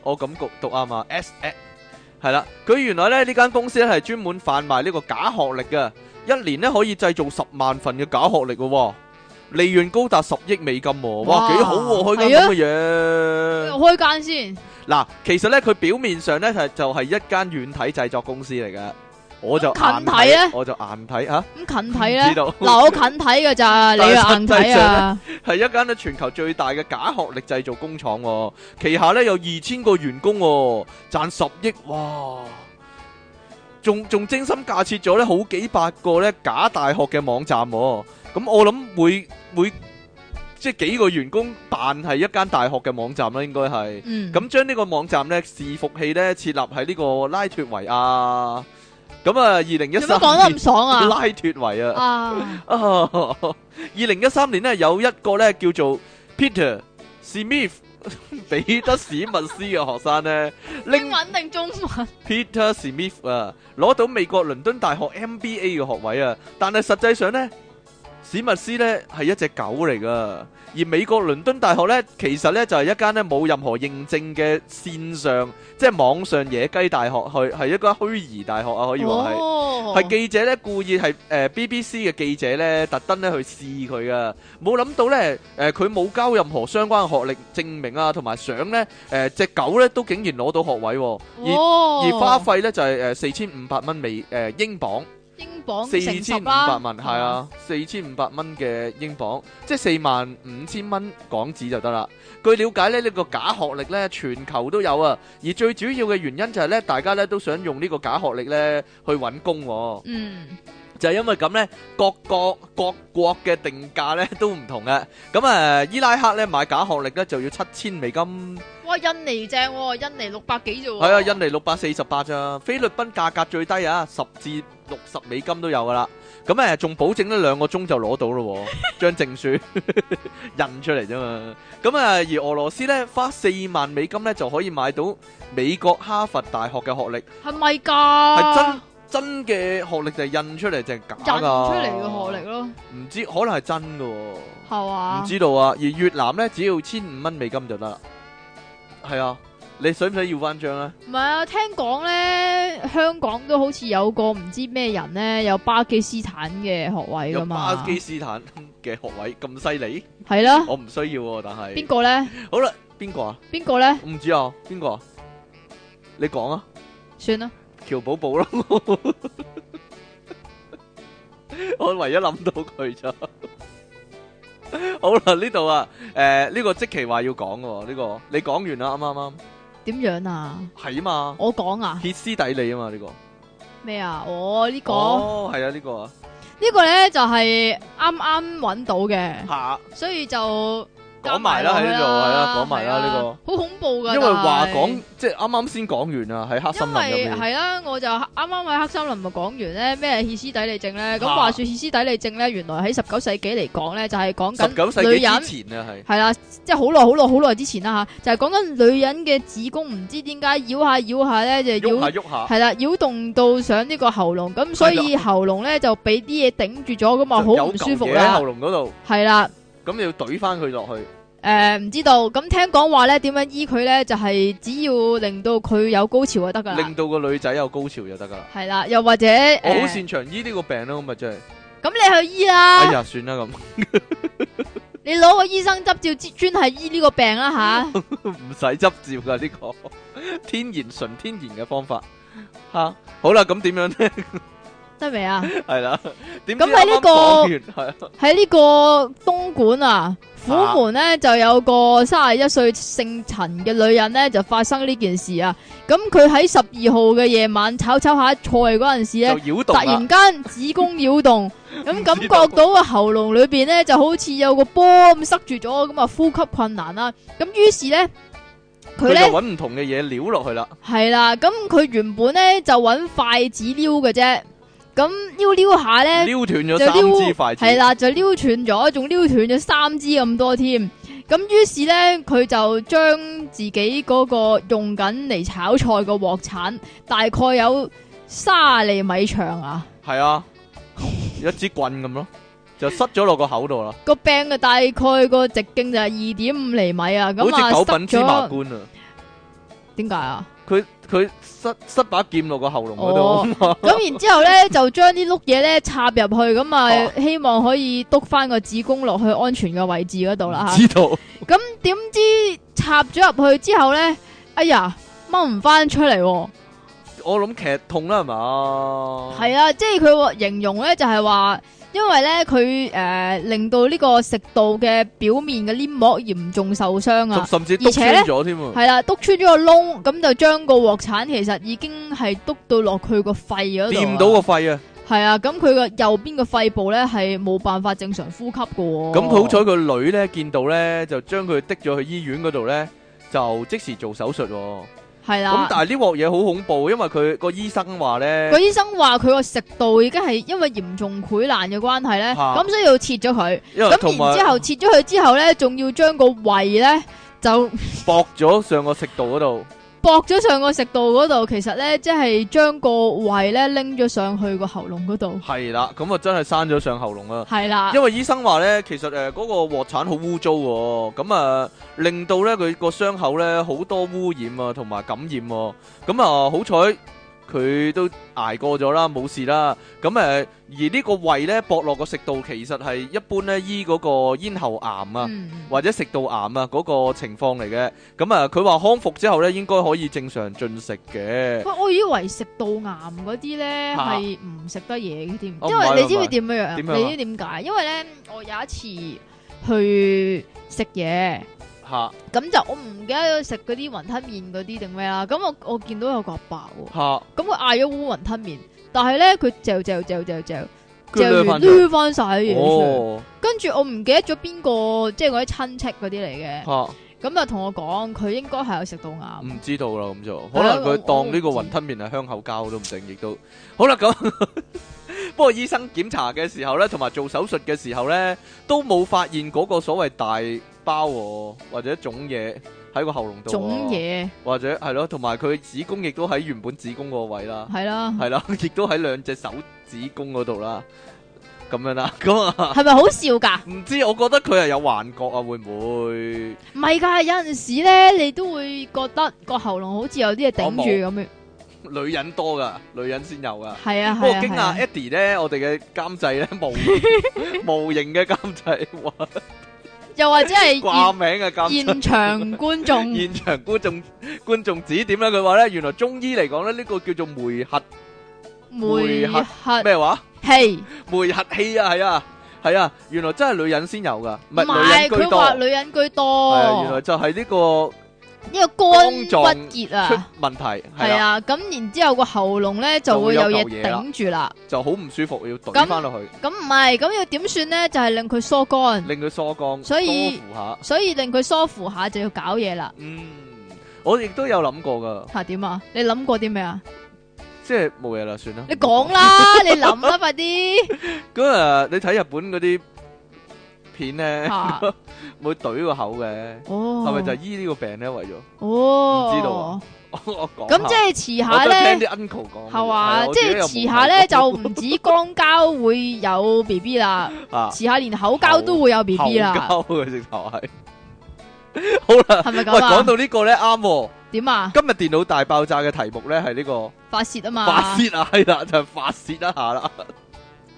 我咁讀讀啱啊，S X 係啦，佢原來咧呢間公司咧係專門販賣呢個假學歷嘅，一年咧可以製造十萬份嘅假學歷嘅喎、利潤高達十億美金喎、哇哇啊幾好喎、開間咁嘅開嘢。間先，嗱，其實咧佢表面上咧係就係一間軟體製作公司嚟嘅，我就咁近硬睇咧我就硬睇吓，咁近睇啊唔咧。知道嗱，我近睇嘅 (laughs) 咋，你但係啊硬睇啊，係一間咧全球最大嘅假學歷製造工廠、喎，旗下咧有二千個員工、喎，賺十億，哇！仲仲精心架設咗咧好幾百個咧假大學嘅網站、喎，咁我諗每每即係幾個員工扮係一間大學嘅網站啦，應該係。 (laughs) 嗯，咁將呢個網站咧伺服器咧設立喺呢個拉脱維亞，咁啊二零一做乜三講得咁爽啊？拉脱維啊，啊，啊二零一三年咧有一個咧叫做 Peter Smith (laughs) 彼得史密斯嘅學生咧，英拎文定中文？ Peter Smith 啊攞到美國倫敦大學 MBA 嘅學位啊，但係實際上咧。史密斯咧係一隻狗嚟噶，而美國倫敦大學咧其實咧就係一間咧冇任何認證嘅線上即係網上野雞大學，去係一間虛擬大學啊，可以話係。哦，係記者咧故意係誒、呃 BBC 嘅記者咧特登咧去試佢噶，冇諗到咧誒佢冇交任何相關嘅學歷證明啊，同埋相咧誒只狗咧都竟然攞到學位、喎，而哦，而花費咧就係誒四千五百蚊美誒、呃英鎊。英英鎊四乘千十啊五百啦，蚊係啊，四千五百蚊嘅英鎊，即係四萬五千蚊港紙就得啦。據了解咧，呢、個假學歷咧全球都有啊，而最主要嘅原因就係咧，大家咧都想用呢個假學歷咧去揾工、喎。嗯，就係因為咁咧，各國各國嘅定價咧都唔同嘅。咁啊，伊拉克咧買假學歷咧就要七千美金。哇，印尼正喎，印尼六百幾啫喎，係啊，印尼六百四十八咋，菲律賓價格最低啊，十至 (laughs) 六十美金都有噶啦。咁誒，仲保證呢兩個鐘就攞到咯喎，張證 (laughs) 書印出嚟啫嘛。咁啊，而俄羅斯呢，花四萬美金呢就可以買到美國哈佛大學嘅學歷，係咪㗎？係真真嘅學歷就係印出嚟定係假印出㗎？嚟嘅學歷咯，唔知可能係真嘅喎。係唔嘛？知道啊，而越南呢，只要千五蚊美金就得啦。係啊，你使唔使要翻張咧？唔係啊，聽講咧，香港都好似有個唔知咩人咧，有巴基斯坦嘅學位有㗎嘛？巴基斯坦嘅學位咁犀 (laughs) 利，係啦，我唔需要喎，但係邊個咧？好啦，邊個啊？邊個咧？我唔知啊，邊個啊？你講啊，算啦，喬寶寶咯， (laughs) 我唯一諗到佢咋。 (laughs) 好啦，呢度啊，誒、呢個即期話要講喎，呢個你講完啦，啱啱點樣啊？啱？係啊嘛，我講啊，歇斯底里啊嘛，呢個。咩啊？我呢個哦，係啊，呢個啊，呢個咧就係啱啱揾到嘅，下所以就講埋啦喺呢度，係啦，講埋啦係啊呢好恐怖個，噶，因為話但係講即係啱啱先講完啊，喺黑森因林為入面。係啦，我就啱啱喺黑森林咪講完咧，咩係歇斯底里症咧？咁啊話說歇斯底里症咧，原來喺十九世紀嚟講咧，就係講十九世緊女紀人。之前啊，係係啦，即係好耐好耐好耐之前啦吓，就係講緊女人嘅子宮唔知點解繞下繞下咧就喐下繞喐下，係啦，擾動到上呢個喉嚨，咁所以喉嚨咧就俾啲嘢頂住咗，咁啊就好有唔舒服嚿嘢喺啦喉，嚨嗰度，係啦。咁你要懟翻佢落去，诶，唔、知道，咁聽講話咧，點樣醫佢咧？就係只要令到佢有高潮就得噶啦，令到個女仔有高潮就得噶啦。係啦，又或者我好呃擅長醫呢個病咯，咁咪真係，咁你去醫啦，哎呀，算啦咁， (laughs) 你攞個醫生執照，專專係醫呢個病啦吓， (laughs) 唔使執照噶呢個 (laughs) 天然純天然嘅方法。吓，好啦，咁點樣咧？得未啊？ (laughs) 係啦，點知咁喺呢個啱啱講完係啊喺呢個東莞啊，虎門咧就有個三十一歲姓陳嘅女人咧就發生呢件事啊。咁佢喺十二號嘅夜晚炒炒下菜嗰陣時咧就，擾突動啊啦然，間子宮擾動， (laughs) 咁感覺到個喉嚨裏邊咧就好似有個波咁塞住咗，咁啊呼吸困難啦。咁於是咧，佢佢咧就揾唔同嘅嘢撩落去啦，係啦，咁佢原本咧就揾筷子撩嘅啫，咁撩撩下咧。撩斷咗就三撩支筷子，系啦，就撩斷咗，仲撩斷咗三支咁多添。咁於是咧，佢就將自己嗰個用緊嚟炒菜嘅鑊鏟，大概有卅厘米長啊，係啊，一支棍咁咯，就塞咗落個口度啦，個柄嘅大概個直徑就係二點五厘米啊。好咁啊，似九塞品芝麻咗官啊。點解啊？佢佢塞塞把劍落個喉嚨 (laughs) 嗰度，咁然之後咧，就將啲碌嘢咧插入去，咁哦啊，希望可以篤翻個子宮落去安全嘅位置嗰度啦唔吓。知道咁點知插咗入去之後咧，哎呀，掹唔翻出嚟、哦喎。我諗劇痛啦係嘛？係啊，即係佢話形容咧就係話，因為咧佢诶令到呢個食道嘅表面嘅黏膜嚴重受傷甚啊，甚至篤穿咗添啊！係啦、篤穿咗個窿，咁就將個鑊鏟其實已經係篤到落佢個肺嗰度啊，掂到個肺啊！係啊，咁佢個右邊個肺部咧係冇辦法正常呼吸噶、喎。咁好彩個女咧見到咧，就將佢滴咗去醫院嗰度咧，就即時做手術喎。彩，係咁啦。但係呢鑊嘢好恐怖，因為佢個醫生個話咧，醫生話佢個食道已經係因為嚴重潰爛嘅關係咧，嚇咁所以要切咗佢。因為同咁然之埋後切咗佢之後咧，仲要將個胃咧就駁咗上個食道嗰度，駁咗上個食道嗰度，其實咧即係將個胃咧拎咗上去個喉嚨嗰度，係啦，咁啊真係生咗上喉嚨啊！係啦，因為醫生話咧，其實誒嗰、個鍋鏟好污糟喎，咁啊令到咧佢個傷口咧好多污染啊，同埋感染喎、咁啊好彩佢都捱過咗啦，冇事啦。咁誒、呃而呢個胃呢，駁落個食道，其實係一般呢醫嗰個咽喉癌啊。嗯或者食道癌啊嗰、個情況嚟嘅，咁啊佢話康復之後咧應該可以正常進食嘅， (laughs) 喂，我以為食到癌嗰啲咧嚇係唔食得嘢嘅添，哦因唔係為你知唔唔知係點樣啊？點你樣知啊唔知點解？因為咧，我有一次去食嘢，嚇咁就我唔記得咗食嗰啲雲吞麵嗰啲定咩啦。咁我我見到有個阿伯喎，嚇咁佢嗌咗碗雲吞麵，但係咧佢嚼嚼嚼嚼嚼佢嚼掠完翻攣翻晒啲嘢出嚟，哦跟住我唔記得咗邊個，即係嗰啲親戚嗰啲嚟嘅，嚇嗯咁就同我講佢應該係有食到癌。唔知道啦咁 (laughs) 就，可能佢當呢個雲吞麵係香口膠都唔定，亦都好啦咁。不過醫生檢查嘅時候咧，同埋做手術嘅時候咧，都冇發現嗰個所謂大包喎或者腫嘢喺個喉嚨度喎，種嘢或者係咯，同埋佢子宮亦都喺原本子宮個位啦。係啦，系啦， (laughs) 亦都喺兩隻手指公嗰度啦，咁樣啦， (laughs) 咁啊，係咪好笑㗎？唔知我覺得佢係有幻覺啊，會唔會？唔係㗎，有陣時咧，你都會覺得個喉嚨好似有啲嘢頂住咁樣。女人多噶，女人先有噶。係啊，不過係啊驚係啊訝。Eddie 咧，我哋嘅監製咧，(laughs) 無無形嘅監製，哇又或者 (laughs) 掛係名嘅監現製。現場觀眾 (laughs) 現場觀眾觀眾指點咧，佢話咧，原來中醫嚟講咧，呢個叫做梅核梅梅核咩話？氣，梅核氣啊，係啊，係啊，原來真係女人先有噶，唔唔係女人係居佢多。話女人居係啊，原多，來就係呢個。因為肝肝臟骨結出啊，問題，係係啊，啊，咁然之後個喉嚨咧就會有嘢頂住啦。就好唔舒服，要懟翻落去，咁唔係，咁要點算咧？就係令佢疏肝，令佢疏肝，所以多扶下。所以令佢疏扶下就要搞嘢啦。嗯，我亦都有諗過噶，嚇點啊？你諗過啲咩啊？即係冇嘢啦，算啦。你講啦， (laughs) 你諗啦，快啲咁啊，你睇日本嗰啲片咧，嚇！會懟個口嘅，啊哦，係咪就係醫呢個病咧？為咗 (laughs) 哦，唔知道啊我講下，咁即係遲我下都咧，聽啲 uncle 講嘅，係嘛？係啊我即自己係又遲冇下咧睇就唔止光膠會有 B B 啦，過 (laughs) 啊，遲下連口膠都會有 B B 啦，後膠嘅直頭係。好啦，係咪咁喂，講啊？到呢個咧啱喎，點啊？今日電腦大爆炸嘅題目咧係呢個。發泄啊發嘛，泄啊，係啦，就係發泄一下啦。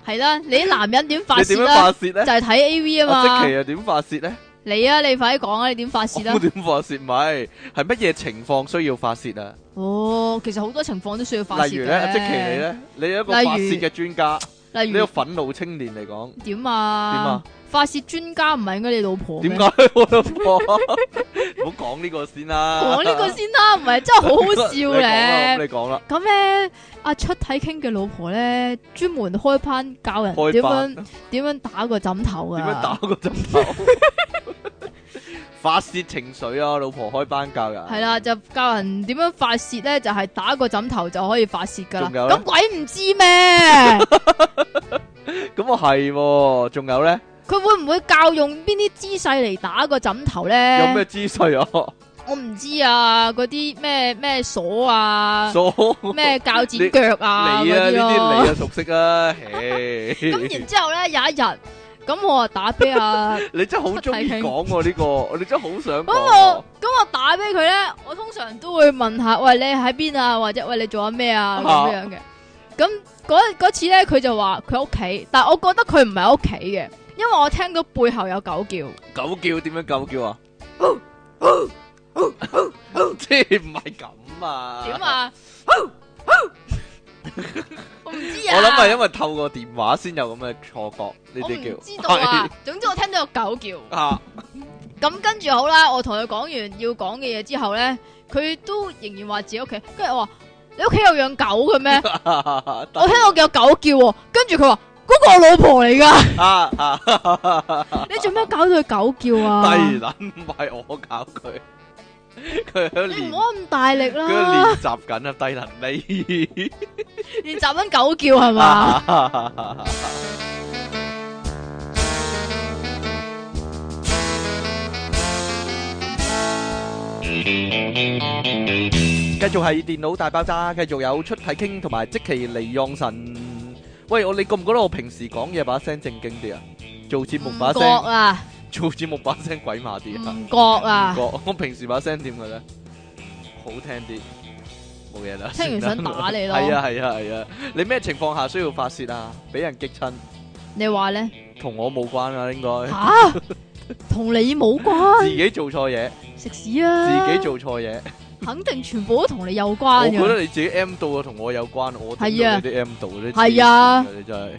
係啦，你啲男人點發你點泄樣啦？發泄就咧？係睇 A V 啊阿即嘛奇，又點發泄咧？你啊，你快啲講啊，你點發泄啦我？點發泄咪係乜嘢情況需要發泄啊？哦，其實好多情況都需要發例泄如嘅咧，阿即奇你咧，你係一個例如發泄嘅專家，例呢如個憤怒青年嚟講，點點啊啊？發泄專家唔係應該你老婆咩點？解我老婆？唔好講呢個先啦，講呢個先啦，唔係真係好好 (laughs) 你笑講啦咧咁。你講啦，咁咧，阿出體傾嘅老婆咧，專門開班教人開點班樣點樣打個枕頭啊？點樣打個針頭？發泄情緒啊！老婆開班教噶，係啦，就教人點樣發泄咧，就係、打個枕頭就可以發泄噶啦。仲有呢咁鬼唔知 (laughs) 咩？咁我係喎，仲有咧，佢會唔會教用邊啲姿勢嚟打個枕頭咧？有咩姿勢啊？我唔知啊，嗰啲咩咩鎖啊， (laughs) 所咩铰剪腳啊你啊，嗰啲呢啲咯你。啊熟悉啊，嘿咁然之後咧，有一日，咁我啊打俾阿。你真係好中意講喎呢個，你真係好想咁講我咁我打俾佢咧，我通常都會問下，喂你喺邊啊，或者喂你做緊咩啊啊咁樣嘅。咁嗰嗰次咧，佢就話佢屋企，但我覺得佢唔係屋企嘅，因為我聽到背後有狗叫，喎狗叫點樣狗叫啊？ (laughs) 即係唔係咁啊？點？ (laughs) 啊？我唔知啊，我諗係因為透過電話先有咁嘅錯覺，呢我啲唔叫知道 (laughs) 啊。總之我聽到有狗叫，係啊！咁跟住好啦，我同佢講完要講嘅嘢之後咧，佢都仍然話自己屋企，跟住我話你屋企有養狗嘅 (laughs) 咩？得我聽到有狗叫喎，跟住佢話嗰個我老婆嚟噶，啊啊！你做咩搞到佢狗叫啊？低能唔係我搞佢，佢喺你練唔好咁大力佢啦，喺練習緊啊！低能你。練習緊狗叫係嘛？繼續係電腦大爆炸，繼續有出體傾同埋即其離讓神。喂，我你覺唔覺得我平時講嘢把聲正經啲啊？做節目把唔覺聲，啊，做節目把聲鬼馬啲啊？唔覺啊唔覺，我平時把聲點嘅咧？好聽啲，冇嘢啦。聽完想打你咯系啊係啊係啊！你咩情況下需要發泄啊？俾人激親，你話 (laughs) 咧同我冇關啊，應該吓，同你冇關，自己做錯嘢，食屎啊！自己，做錯嘢。肯定全部都同你有我關覺嘅。得你自己 M 到啊，同我有關，我頂係啊到你啲 M 到你係啊黐線㗎你真係。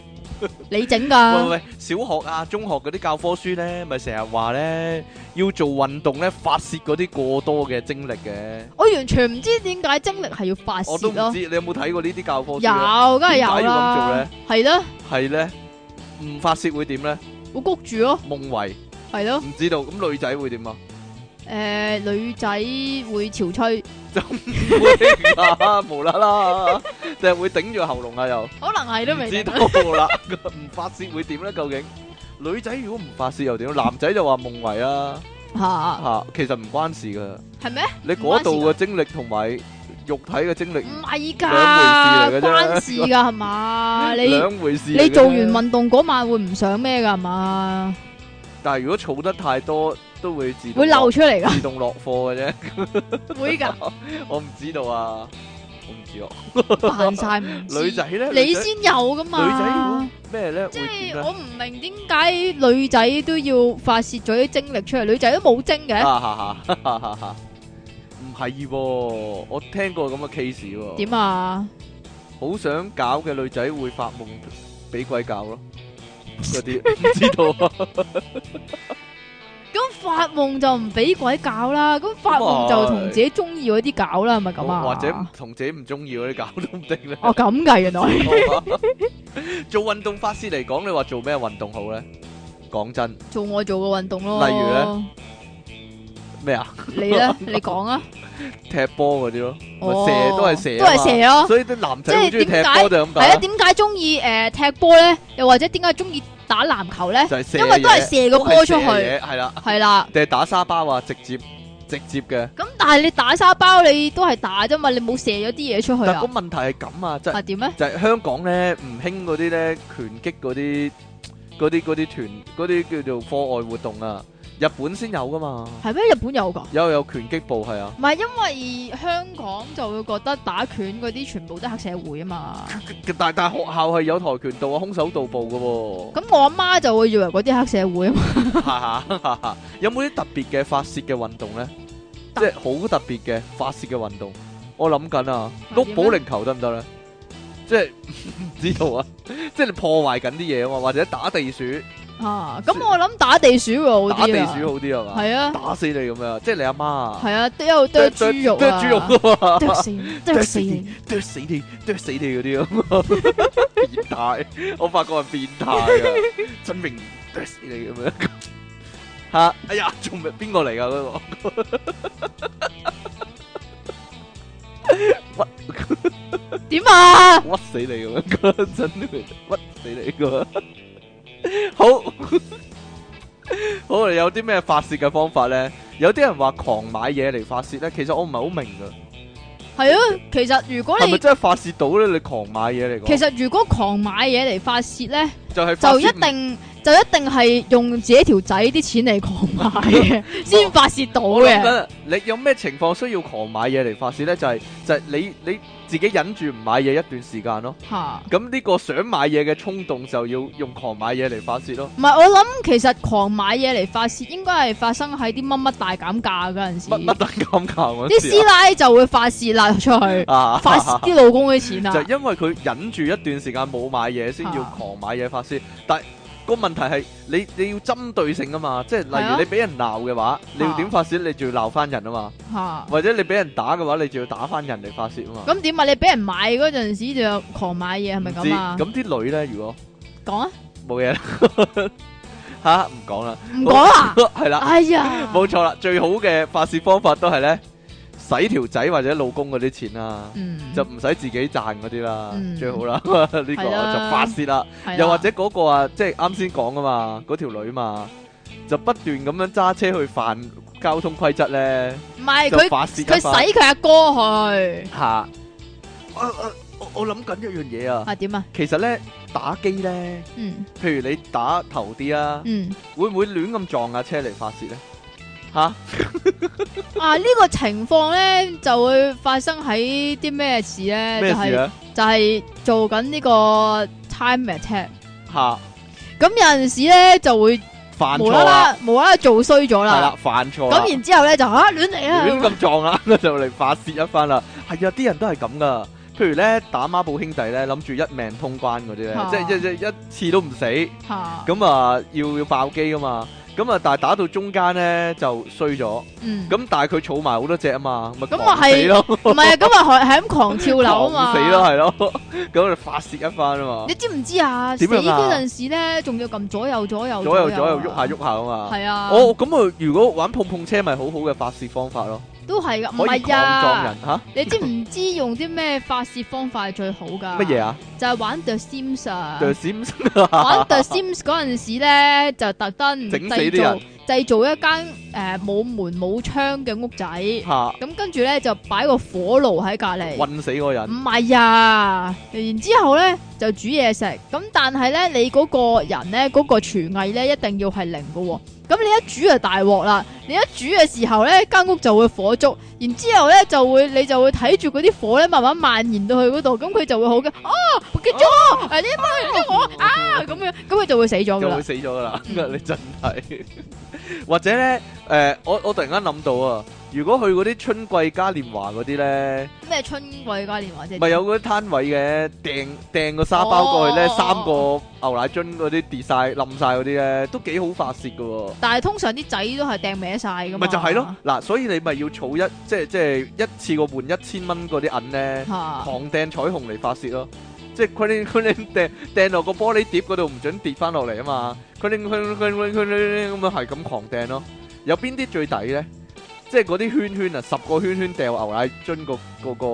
你整喂㗎，喂，小學啊、中學嗰啲教科書咧，咪成日話咧要做運動咧，發泄嗰啲過多嘅精力嘅。我完全唔知點解精力係要發我泄都唔咯。知你有冇睇過呢啲教科書啊？有，梗係點解有要咁做啦咧。係咯，係咧，唔發泄會點咧？我谷住咯，夢遺係咯。唔知道，咁女仔會點啊？诶，女仔會潮吹，唔會啊，無啦啦，定係會頂住喉嚨啊？又可能係都唔未知定道啦，唔發泄會點咧？究竟女仔如果唔發泄又點？男仔就話夢遺啊，吓，嚇，其實唔關事噶。係咩？你嗰度嘅精力同埋肉體嘅精力唔係兩回㗎，事嚟嘅啫關事㗎係 (laughs) 嘛？你兩回事嚟嘅啫。你做完運動嗰晚會唔想咩㗎係嘛？ (laughs) 但係如果儲得太多，都會自動會漏落出嚟自動落貨嘅啫。㗎，會㗎，我唔知道啊，我唔知啊。扮晒唔知女仔咧，你女仔先有㗎女仔如嘛果？咩咧？即會係點咧我唔明點解女仔都要發泄咗啲精力出嚟，女仔都冇精嘅，啊哈哈哈哈哈唔係喎，我聽過咁嘅 case 喎。點啊？好想搞嘅女仔會發夢俾鬼搞咯，嗰 (laughs) 啲唔知道啊。咁發夢就唔俾鬼搞啦，咁發夢就同自己中意嗰啲搞啦，係咪咁啊？或者唔同自己唔中意嗰啲搞都唔定咧。哦咁㗎，原來做運動法師嚟講，你話做咩運動好咧？講真，做我做嘅運動 (laughs) 咯。例 (laughs) 如咩啊？咧，你咧，你講啊。踢波嗰啲咯，哦咪射都係射，啊都係射咯。所以啲男仔好中意即踢係點解波就係咁係啊，解，點解中意誒踢波咧？又或者點解中意打籃球咧？就係射因為都係嘢，射個波出都係去，射嘢，係啦，係啦。定係打沙包啊，直接直接嘅。咁但係你打沙包，你都係打啫嘛，你冇射咗啲嘢出去但啊個？問題係咁啊，即係係點咧？就係香港咧唔興嗰啲咧拳擊嗰啲嗰啲嗰啲團嗰啲叫做課外活動啊，日本先有噶嘛，係咩？日本有㗎？有有拳擊部係啊。唔係因為呃香港就會覺得打拳嗰啲全部都黑社會啊嘛，但但學校係有跆拳道啊、空手道部咁我阿媽就會以為嗰啲黑社會啊嘛， (laughs) 嘅喎，哈哈有冇啲特別嘅發泄嘅運動咧？即特係好特別嘅發泄嘅運動，我諗緊啊，係啊碌點保咧齡球得唔得咧？即係唔知道啊！ (laughs) 即係你破壞緊啲嘢啊嘛，或者打地鼠，啊，咁我諗打地鼠會好打地啲啊，鼠好啲係嘛？係啊，打死你咁樣，即係你阿媽啊！係啊，剁又剁豬肉剁啊，豬肉啊剁嘛，死你，剁死你， (laughs) 剁死你，剁死你嗰啲啊！變態，我發覺係變態 (laughs) 啊！真明剁死你咁樣吓，哎呀，仲未邊個嚟㗎嗰點啊？個？屈死你咁樣，真明屈死你噶！ (laughs) 好 (laughs) 好，我哋有啲咩發泄嘅方法咧？有啲人話狂買嘢嚟發泄咧，其實我唔係好明㗎。係啊，其實如果係咪你真係發泄到咧？你狂買嘢嚟講，其實如果狂買嘢嚟發泄咧，就係發就泄一定就一定係用自己條仔啲錢嚟狂買嘅， (laughs) 先發泄到我諗嘅。緊你有咩情況需要狂買嘢嚟發泄咧？就係、就係、你你自己忍住唔買嘢一段時間咯。吓，咁呢個想買嘢嘅衝動就要用狂買嘢嚟發泄咯。唔係我諗，其實狂買嘢嚟發泄，應該係發生喺啲乜乜大減價嗰陣時，乜乜啊等咁教啲嗰陣時師奶就會發泄啦出 (laughs) 去，啊，發泄啲老公啲錢就啊係。因為佢忍住一段時間冇買嘢，先要啊狂買嘢發泄。但係個問題係你你要針對性啊嘛，即係係例啊如你俾人鬧嘅話，你要點啊發泄？你就要鬧翻人啊嘛，吓，或者你俾人打嘅話，你就要打翻人嚟發泄啊嘛。咁點啊？你俾人買嗰陣時就狂買嘢，係咪咁啊唔知？咁啲女咧，如果講啊，冇 (laughs) 嘢啦，吓唔講啦，唔講啦。系啦，哎呀， (laughs) 冇錯啦，最好嘅發泄方法都係咧，使條仔或者老公嗰啲錢啦，嗯，就唔使自己賺嗰啲啦，嗯最好啦，呢 (laughs) 個就係啦發泄啦。係啦又或者嗰個啊，即係啱先講啊嘛，嗰條女嘛，就不斷咁樣揸車去犯交通規則咧，唔係就佢發泄一佢番使佢阿哥去吓。啊啊我我諗緊一樣嘢啊，啊？點啊？其實咧打機咧，嗯譬如你打頭啲啊。嗯，會唔會亂咁撞架車嚟發泄咧？吓啊，呢、個情況咧就會發生喺啲咩事咧？咩就係事啊？就係做緊呢個 time attack。吓咁有陣時咧就會犯無錯啦啦，啦無啦啦做衰咗係啦。啦，犯錯啦咁然之後咧就啊亂嚟啊！亂咁撞啦，就嚟發泄一番啦。係啊，啲人都係咁噶。譬如咧打孖寶兄弟咧，諗住一命通關嗰啲咧啊，即係一一一次都唔死，嚇咁啊要要爆機噶嘛。咁啊，但係打到中間咧就衰咗。嗯咁但係佢儲埋好多隻啊嘛，咪咁狂咪係死咯，唔係啊，咁啊係係咁狂跳樓啊嘛。 (laughs) 狂死咯，係咯，咁就發泄一番啊嘛你，知唔知啊？死點樣啊嗰陣時咧，仲要撳左右左右左右左右喐下喐。喐下啊嘛。係啊，哦，咁啊，如果玩碰碰車咪好好嘅發泄方法咯，都係噶，唔可以係狂撞啊人！吓你知唔知用啲咩發泄方法係最好㗎？乜嘢？啊？就係玩 The Sims 啊！對閃玩 The Sims 嗰陣時咧，就特登整死製啲造人製造一間誒冇門冇窗嘅屋仔，咁嚇跟住咧就擺個火爐喺隔離。暈死嗰個人唔。係啊，然之後咧就煮嘢食，咁但係咧你嗰個人咧嗰、個廚藝咧一定要係零嘅喎，咁你一煮就大鑊啦，你一煮嘅時候咧間屋就會火燭，然之後咧就會你就會睇住嗰啲火咧慢慢蔓延到去嗰度，咁佢就會好嘅，哦，記咗，誒呢班人我啊咁樣，咁佢就會死咗噶就啦會，死咗噶啦，嗯 (laughs) 你真係。或者咧，誒、我我突然間諗到啊，如果去嗰啲春季嘉年華嗰啲咧，咩春季嘉年華啫，咪有嗰啲攤位嘅，掟掟個沙包過去咧，哦三個牛奶樽嗰啲跌晒冧晒嗰啲咧，都幾好發泄噶喎。但係通常啲仔都係掟歪晒㗎嘛，咪就係咯，嗱，所以你咪要儲一即係即係一次過換一千蚊嗰啲銀咧，嚇，狂掟彩虹嚟發泄咯。即係 cling cling 掟掟落個玻璃碟嗰度，唔准跌翻落嚟啊嘛！cling cling cling cling cling 咁啊，係咁狂掟咯。有邊啲最抵咧？即係嗰啲圈圈啊，十個圈圈掉牛奶樽個個個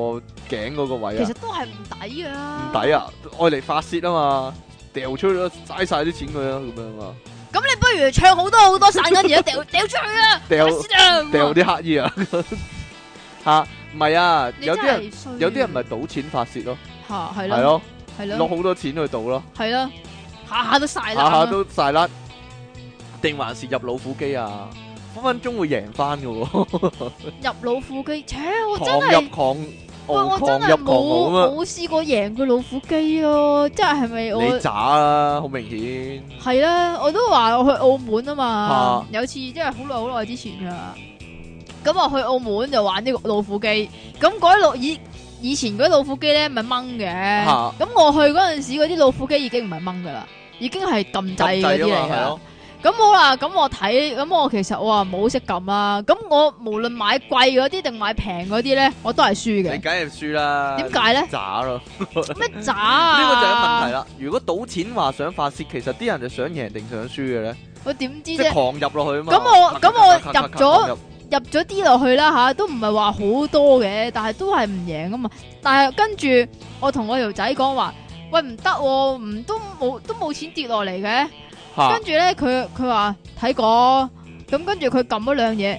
頸嗰個位其啊實，都係唔抵㗎，唔抵啊！愛嚟發泄啊嘛，掉出去咯，嘥晒啲錢佢啦，咁樣啊， (laughs) 咁你不如唱好多好多散緊嘢，掉掉出去啦，掉快啲啦咁掉啊啲乞衣啊，吓唔係啊，你有啲人真係衰有啲人咪賭錢發泄咯，吓係係咯咯，係攞咯好多錢去賭咯。係咯，下下都晒啦，下下都晒甩，定還是入老虎機啊？分分鐘會贏翻嘅 (laughs) 喎，入老虎機，切我真狂入係。狂喂，傲，我真狂係入狂傲咁冇啊！冇試過贏過老虎機咯，即係係咪你我渣啦，好明顯。係啦？我都話我去澳門啊嘛啊，有次即係好耐好耐之前啊，咁我去澳門就玩呢個老虎機，咁嗰啲老以以前嗰啲老虎機咧咪掹嘅，嚇咁我去嗰陣時嗰啲老虎機已經唔係掹噶啦，已經係撳掣嗰啲撳掣嚟啊嘛，係噶咯。，咁好啦，咁我睇，咁我其實我話冇識撳啦。咁我無論買貴嗰啲定買平嗰啲咧，我都係輸你嘅。梗係輸啦。點解咧？渣咯？呢咩渣個啊？就係問題啦。如果賭錢話想發泄，其實啲人就想贏定想輸嘅咧，我點知即係啫？狂入落去啊嘛。咁我咔咔咔咔咔咔咁我入咗入入咗啲落去啦吓，都唔係話好多嘅，但係都係唔贏啊嘛。但係跟住我同我條仔講話，喂唔得喎，唔都冇都冇錢跌落嚟嘅。嚇跟住咧，佢佢話睇過，嗯咁跟住佢撳咗兩嘢，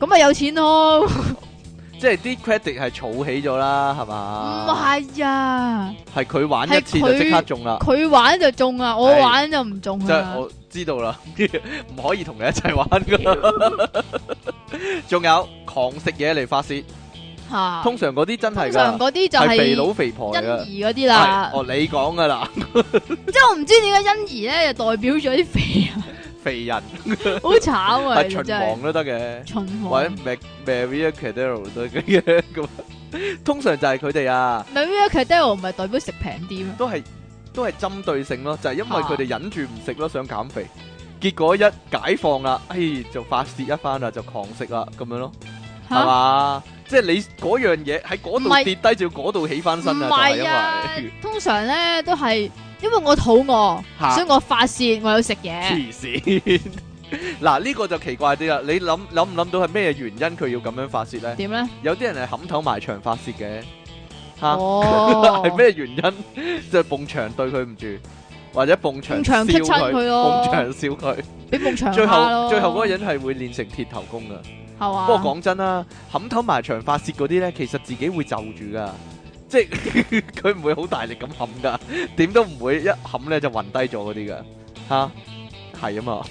咁咪有錢咯。即係啲 credit 係儲起咗啦，係嘛？唔係啊。係佢玩一次就即刻中啦。佢玩就中啊，我係玩就唔中即係啊。我知道啦， (laughs) 唔可以同你一齊玩噶。仲有狂食嘢嚟發泄，吓，通常嗰啲真係通常噶，嗰啲就係肥係佬肥婆嚟噶。欣宜嗰啲係啦。哦，你講噶啦， (laughs) 即係我唔知點解欣宜咧就代表咗啲肥人，肥人好慘啊！ (laughs) 係真秦係王都得嘅，秦或者王。 Mac Maria Cordero 都得嘅咁。 (laughs) 通常就係佢哋啊，咪 Maria Cordero 唔係代表食平啲咩？都係都係針對性咯，就係因為佢哋忍住唔食咯，想減肥。結果一解放啦，哎就發泄一番啦，就狂食啦咁樣咯。系嚇嘛？即係你嗰樣嘢喺嗰唔係度跌低，就要嗰度起翻身唔啊！就係係啊因為，通常咧都係因為我肚餓，嚇所以我發泄，我有食嘢。 (laughs) 黐線。 (laughs) 嗱呢個就奇怪啲啦，你諗諗唔諗到係咩原因佢要咁樣發泄咧？點咧？有啲人係冚頭埋牆發泄嘅，嚇哦，啊 (laughs) 係咩原因？ (laughs) 就係埲牆對佢唔住，或者埲牆埲牆燒劈親佢咯埲牆燒佢。俾夢長最蝦咯。後最後嗰個人係會練成鐵頭功噶。係嘛？不過講真啦，冚頭埋牆發泄嗰啲咧，其實自己會就住噶，即係 (laughs) 佢唔會好大力咁冚噶，點都唔會一冚咧就暈低咗嗰啲噶，吓係啊嘛，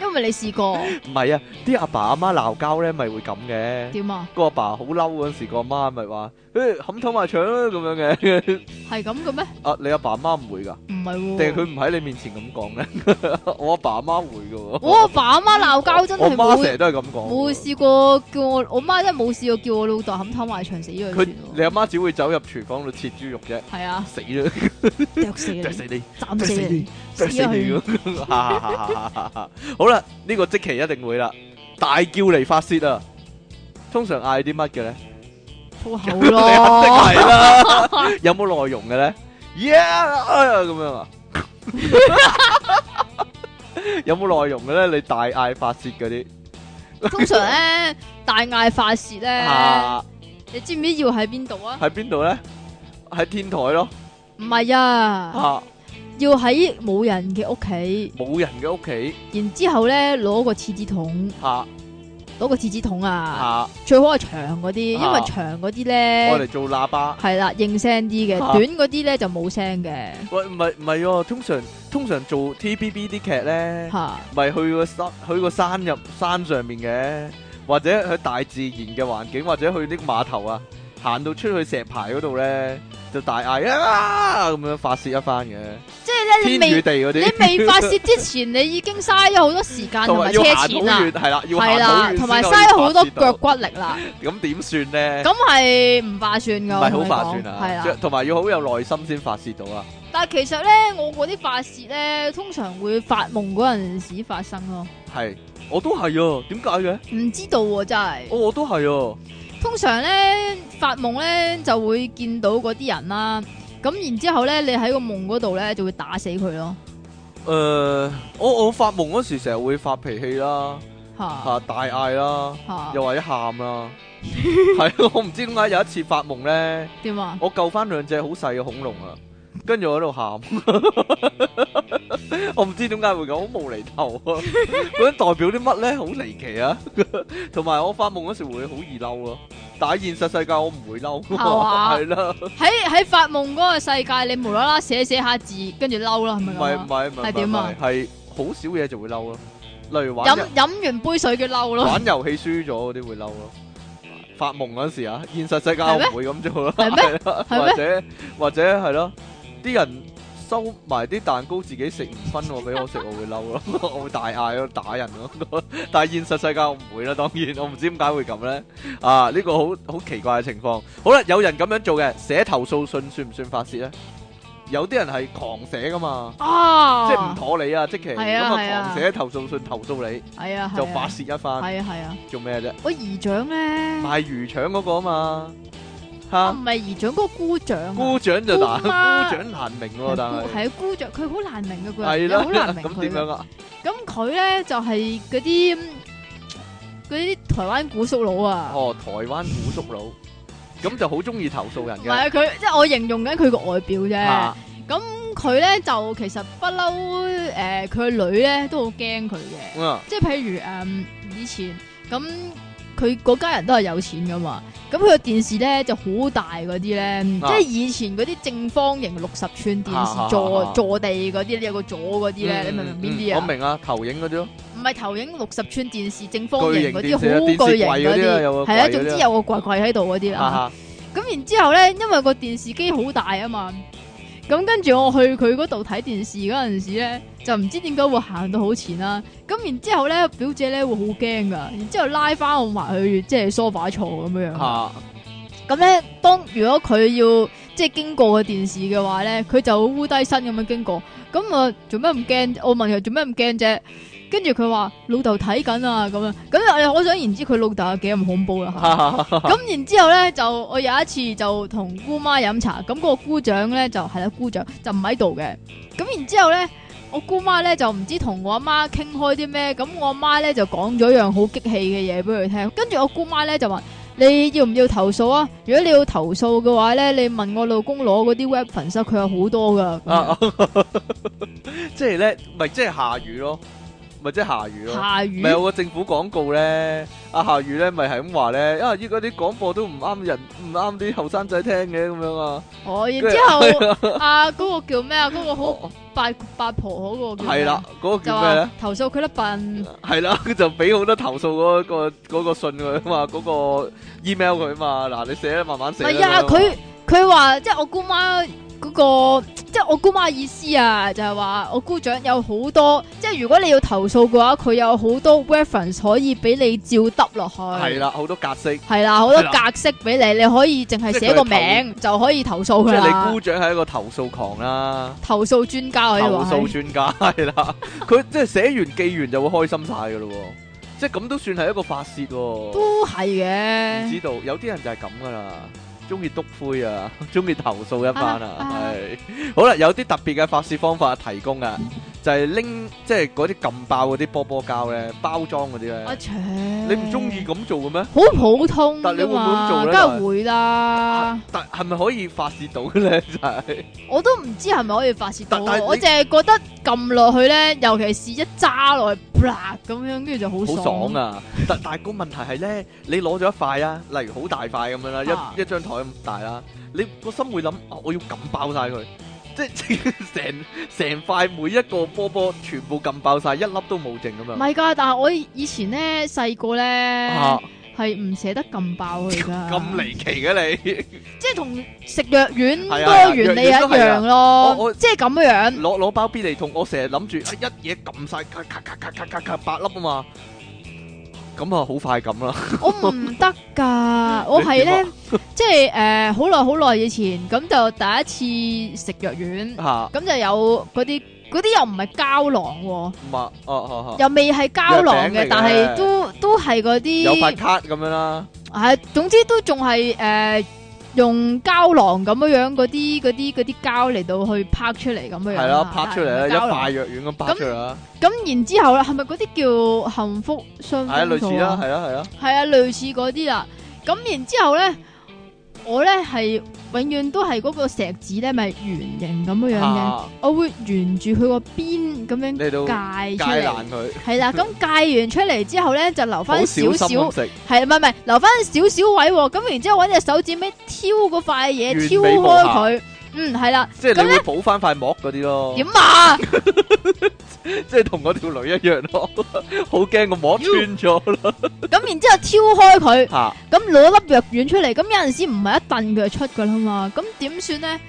因因為你試過唔係啊，啲阿爸阿媽鬧交咧，咪會咁嘅。點啊？個阿爸好嬲嗰陣時，個阿媽咪話：，誒冚頭埋牆啦咁樣嘅。 (laughs) 係咁嘅咩？啊，你阿爸阿媽唔會㗎，唔係定喎。係佢唔喺你面前咁講咧？ (laughs) 我阿爸阿媽會㗎喎。我阿爸阿媽鬧交真我係媽成冇日都係咁講冇㗎。試過叫我，我媽真係冇試過叫我老豆冚頭埋牆死咗佢佢算喎。你啊阿媽只會走入廚房度切豬肉啫，係 (laughs) 啊，死啦！剁死你，剁死斬你！死你，死咗佢。 (laughs) 好啦，呢個即期一定會啦。大叫嚟發泄啊。通常嗌啲乜嘅呢？ (laughs) 粗口咯，你肯定係啦。有冇內容嘅呢？Yeah！咁樣啊？有冇內容嘅呢？你大嗌發泄嗰啲。通常咧大嗌發泄 (laughs) 啊咧，你知唔知要喺邊度啊？啊，喺邊度呢？喺天台囉。唔係啊，要喺冇人嘅屋企，然之後咧攞個廁紙筒，攞啊，冇人嘅屋企。啊，啊，個廁紙筒啊，最好係長嗰啲，因為啊長嗰啲咧我嚟做喇叭。係啦，應聲啲嘅，啊短嗰啲咧就冇聲嘅喂，唔係唔係喎，通常通常做 TVB 啲劇咧，嚇。咪去個山去個山入山上面嘅，或者去大自然嘅環境，或者去啲碼頭啊，行到出去石排嗰度咧，就大嗌啊咁樣發泄一番嘅，即係咧，天你與未地嗰啲，你未發泄之前，你已經嘥咗好多時間同 (laughs) 同埋埋車要行好錢啦遠，，係啦，要係行好啦遠，同埋先嘥可以咗好多發泄到腳，骨力啦，咁點算咧？咁係唔划算唔噶，係好划算係啊，啦。同埋要好有耐心先發泄到啊！但係其實咧，我嗰啲發泄咧，通常會發夢嗰陣時發生咯，係，我都係啊，點解嘅？唔知道喎真係。我我都係啊，通常咧發夢咧就會見到嗰啲人啦，咁然之後咧，你喺個夢嗰度咧就會打死佢咯，诶、我我发梦嗰时成日会发脾气啦，吓、嚇大嗌啦， (laughs) 嚇 (laughs) 又或者喊啦，系我唔知点解有一次发梦咧，點啊？我救翻兩隻好細嘅恐龍啊，跟住我喺度喊， (laughs) 我唔知點解會咁，好無厘 (laughs) 頭啊！嗰啲代表啲乜咧？好離奇啊！ (laughs) 同埋我發夢嗰時會好易嬲咯，但係現實世界我唔會嬲係㗎嘛，嘛 (laughs) 係啦，喺喺發夢嗰個世界，你無啦啦寫寫下字，跟住嬲啦，係唔咪咁係唔啊？係唔係係唔點啊係，係好少嘢就會嬲咯，例如玩遊飲飲完杯水嘅嬲咯，玩遊戲輸咗嗰啲會嬲咯。發夢嗰時啊，現實世界係咩我唔會咁做啦，係咩係啦係咩或者或者係咯，啲人收埋啲蛋糕自己食唔分我俾我食，我會嬲咯， (laughs) 我會大嗌咯，打人咯。但係現實世界我唔會啦，當然我唔知點解會咁咧。啊，呢、個好好奇怪嘅情況。好啦，有人咁樣做嘅，寫投訴信算唔算發泄咧？有啲人係狂寫噶嘛，啊，即係唔妥你啊，即其咁係啊啊係啊狂寫投訴信投訴你，係啊，係啊就發泄一番，係啊係啊，做咩啫？我姨丈咧，賣魚腸嗰個啊嘛，嚇、我哦唔係姨丈，嗰個姑丈啊，姑丈就 (laughs) 難，姑媽姑丈難明喎，但係係啊姑丈，佢好難明嘅佢，係又好難啦，明咁佢點嘅。樣啊？咁佢咧就係嗰啲嗯嗰啲台灣古叔佬啊，哦，台灣古叔佬，咁就好中意投訴人唔係嘅，啊啊佢，即係我形容緊佢個外表啫。嚇咁佢咧就其實不嬲，誒佢個女咧都好驚佢嘅。嗯即係譬如誒、嗯以前咁佢嗰家人都係有錢噶嘛，咁佢個電視咧就好大嗰啲咧，即係以前嗰啲正方形六十寸電啊視坐啊啊坐地嗰啲，你有個左嗰啲 Ừ, 咧，你明唔明邊啲嗯我啊？明啊，投影嗰啲咯，唔係投影六十寸電視正方形嗰巨型啲電視啊好巨型電視櫃嗰嗰啲啊有啲，個係啊，櫃嗰啲啊總之有個櫃櫃喺度嗰啲啦。嚇咁然之後咧，因為個電視機好大啊嘛，咁跟住我去佢嗰度睇電視嗰陣時咧，就唔知點解會行到好前啦。咁然之後咧，表姐咧會好驚噶，然之後拉翻我埋去即係 sofa 坐咁樣樣。嚇咁咧，當如果佢要即係經過個電視嘅話咧，佢就會烏低身咁樣經過。咁啊，做咩咁驚？我問佢做咩咁驚啫？跟住佢話老豆睇緊啊咁樣。咁我想而知佢老豆有幾咁恐怖啦。嚇嚇咁然之後咧，就我有一次就同姑媽飲茶，咁、個姑丈咧就係啦，姑丈就唔喺度嘅。咁然之後咧，我姑媽咧就唔知同我阿媽傾開啲咩，咁我阿媽咧就講咗樣好激氣嘅嘢俾佢聽。跟住我姑媽咧就話：你要唔要投訴啊？如果你要投訴嘅話咧，你問我老公攞嗰啲 weapons 啊佢有好多噶。咁樣啊，即係咧，咪即係下雨咯，咪即係下雨咯。下雨咪有個政府廣告咧，阿夏雨咧咪係咁話咧，啊依家啲廣播都唔啱人，唔啱啲後生仔聽嘅咁樣啊，哦，然跟之住後啊嗰個叫咩啊？嗰個好哦八八婆嗰個叫咩啊係啦，，嗰就個叫咩咧話？投訴佢得笨，係啦， (laughs) 佢就俾好多投訴嗰個嗰個信佢啊嘛，嗰個 email 佢啊嘛，嗱你寫啦，慢慢唔寫啦。係啊，咁樣佢佢話即係我姑媽嗰個，即係我姑媽意思啊，就係話我姑丈有好多，即係如果你要投訴嘅話，佢有好多 reference 可以俾你照揼落去。係啦，好多格式，即係啦，好多係啦格式俾你，你可以淨係即係寫個佢係名就可以投訴佢係啦。你姑丈係一個投訴狂啦，投訴專家投可以話訴係專家 (laughs) 係啦，佢即係寫完寄完就會開心晒噶咯喎，即係咁都算係一個發泄喎。都係唔嘅，知道，有啲人就係咁噶啦，中意督灰啊， (laughs) 中意投訴一番啊啊，啊係、好啦，有啲特別嘅發泄方法提供啊，就係拎即係嗰啲撳爆嗰啲波波膠咧，包裝嗰啲咧，我切，你你唔中意咁做嘅咩？好普通但你啫會唔會咁嘛，做梗呢係會啦。啊但係咪可以發泄到嘅咧？就係、我都唔知係咪可以發泄到，但但係我你淨係覺得撳落去咧，尤其是一揸落去，啪咁樣，跟住就好好爽爽！啊！但但係個問題係咧，你攞咗一塊啊，例如好大塊咁樣啦，啊一一張台咁大啦，你個心會諗啊，我要撳爆晒佢，即係 (laughs) 成成塊每一個波波全部撳爆晒，一粒都冇剩咁唔樣。係㗎，但係我以前咧細個咧啊，係唔捨得撳爆佢㗎， (laughs) 咁離奇嘅你，即係同食藥丸係嗰啊個原理一藥丸都係啊樣我咯 (laughs) 我，即係咁 (laughs) 樣。攞攞包 B 嚟痛，我成日諗住啊一嘢撳晒，咔咔咔咔咔咔咔八粒啊嘛，咁啊好快咁啦，我唔得啊噶，我哦係咧你點， (laughs) 即係诶，好耐好耐以前，咁就第一次食藥丸，嚇咁就有嗰啲，嗰啲又唔係膠囊喎，咁啊哦哦哦，又未係膠囊藥嘅餅嚟嘅，但係都都係嗰有塊啲，卡咁樣啦，係總之都仲係诶用膠囊咁樣樣嗰啲嗰啲嗰啲膠嚟到去拍出嚟咁樣樣係啦，拍出嚟啦，一但係唔係膠囊塊藥丸咁拍出嚟啦，咁然之後啦，係咪嗰啲叫幸福係雙啊，類峰似數啊啦，係啦，係啦。係啊，類似嗰啲啦。咁然之後咧，我咧係永遠都係嗰個石子咧，咪圓形咁樣樣嘅，啊我會沿住佢個邊咁樣你到界出戒嚟。爛佢，係 (laughs) 啦，咁界完出嚟之後咧，就留好翻小少心啊少，咁食，係唔係唔係留翻少少位喎？咁然之後揾隻手指尾挑嗰塊完嘢，美挑無開瑕佢。嗯，係啦。即係咁你咧會補翻塊膜嗰啲咯，點啊？即係同嗰條女一樣咯， (laughs) 好驚個膜穿咗 (laughs) 咯咁然之後挑開佢。嚇，咁攞粒藥丸出嚟，咁有陣時唔係一燉佢就出噶啦嘛，咁點算咧？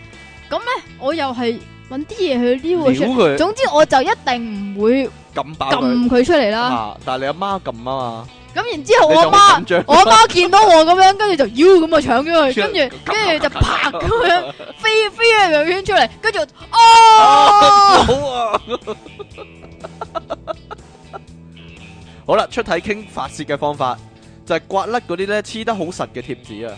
咁咧我又係揾啲嘢去撩撩佢出嚟，佢總之我就一定唔會撳爆佢撳佢出嚟啦。嚇，但係你阿媽撳啊嘛，咁然之後你我就阿好緊媽，張我阿媽見到我咁樣，跟住就妖咁啊搶咗佢，跟住跟住就啪咁樣飛飛咗藥丸出嚟，跟 (laughs) 住啊哦， (laughs) 好啊！好啦，出體傾發泄嘅方法就係刮甩嗰啲咧黐得好實嘅貼紙啊，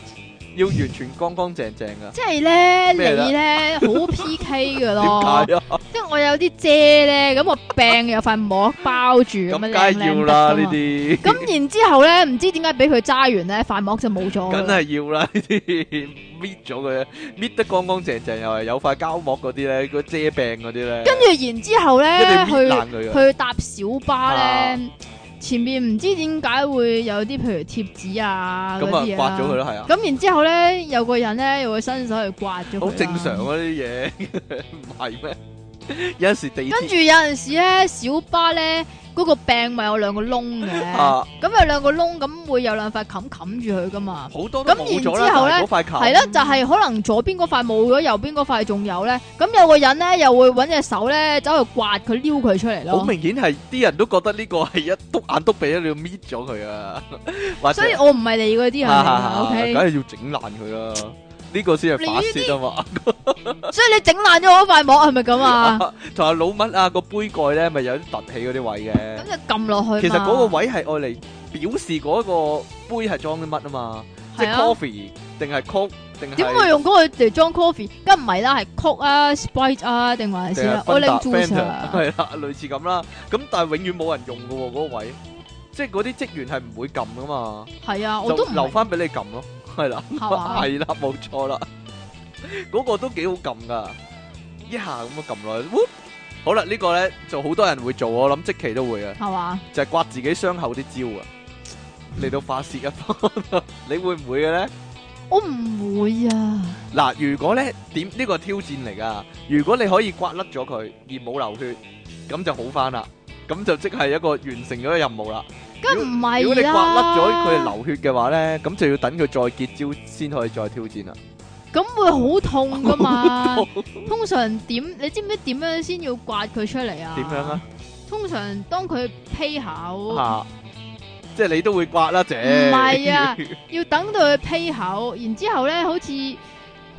要完全乾乾淨淨啊！即係咧咩啦你咧好 P K 噶咯， (laughs) 點解啊？即係我有啲遮咧，咁我病有塊膜包住咁咁樣梗靚靚係得要啦㗎呢嘛啲。咁然之後咧，唔知點解俾佢揸完咧，塊膜就冇咗㗎梗啦。係要啦，呢啲搣咗佢，搣得乾乾淨淨，又係有塊膠膜嗰啲咧，個遮柄嗰啲咧，跟住然之後一定咧，搣去爛佢嘅。去搭小巴啊咧，前面唔知點解會有啲譬如貼紙啊嗰咁啲嘢啊，刮咗佢啦。啦，係啊，咁然之後咧，有個人咧又會伸手去刮咗佢。好正常。啊呢啲嘢， (laughs) 唔係咩？有陣時地跟鐵住有陣時咧，小巴咧嗰個柄咪有兩個窿嘅，啊，咁有兩個窿，咁會有兩塊冚冚住佢噶嘛。好多都冇咗啦，咁然但係嗰塊球系啦，就係可能左邊嗰塊冇咗，右邊嗰塊仲有咧。咁有個人咧，又會揾隻手咧走去刮佢，撩佢出嚟好咯。明顯係啲人都覺得呢個係一篤眼篤鼻，你要搣咗佢啊，或者 (laughs) 所以我唔係你嗰啲人嚟㗎啊，OK 梗。係要整爛佢啦，呢個先係發泄啊嘛。所以你整爛咗我塊膜係咪咁啊？同埋老麥啊，個杯蓋咧咪有啲凸起嗰啲位嘅咁。就撳落去嘛。其實嗰個位係愛嚟表示嗰個杯係裝啲乜啊嘛，即係係啊， coffee 定係 coke 定係點會用嗰個嚟裝 coffee？梗唔係啦，係 Coke 啊、Sprite 啊，定還是定係啊 Orange Fanta- Juice Fanta，啊？係啦， (laughs) 類似咁啦。咁但係永遠冇人用嘅喎嗰個位，即係嗰啲職員係唔會撳噶嘛，係啊，我就都唔留明翻俾你撳咯，係啦，係嘛 (laughs) 係啦， (laughs) 冇錯啦，嗰個都幾好撳噶，一下咁樣撳落去，好啦，呢個呢，就好多人會做，我諗即期都會啊，系嘛？就係刮自己傷口啲招啊，嚟到發泄一番啊，你會唔會嘅呢？我唔會啊，嗱，如果咧點呢個挑戰嚟噶，如果你可以刮甩咗佢而冇流血，咁就好翻啦，咁就即係一個完成咗嘅任務啦。梗唔係啦。如果你刮甩咗佢係流血嘅話咧，咁就要等佢再結招先可以再挑戰啦。咁會好痛噶 (laughs) 嘛？通常點？你知唔知點樣先要刮佢出嚟啊？點樣啊？通常當佢批嚇、口，即係你都會刮啦，姐。唔 (laughs) 係哎啊， (laughs) 要等到佢批口，然之後咧，好似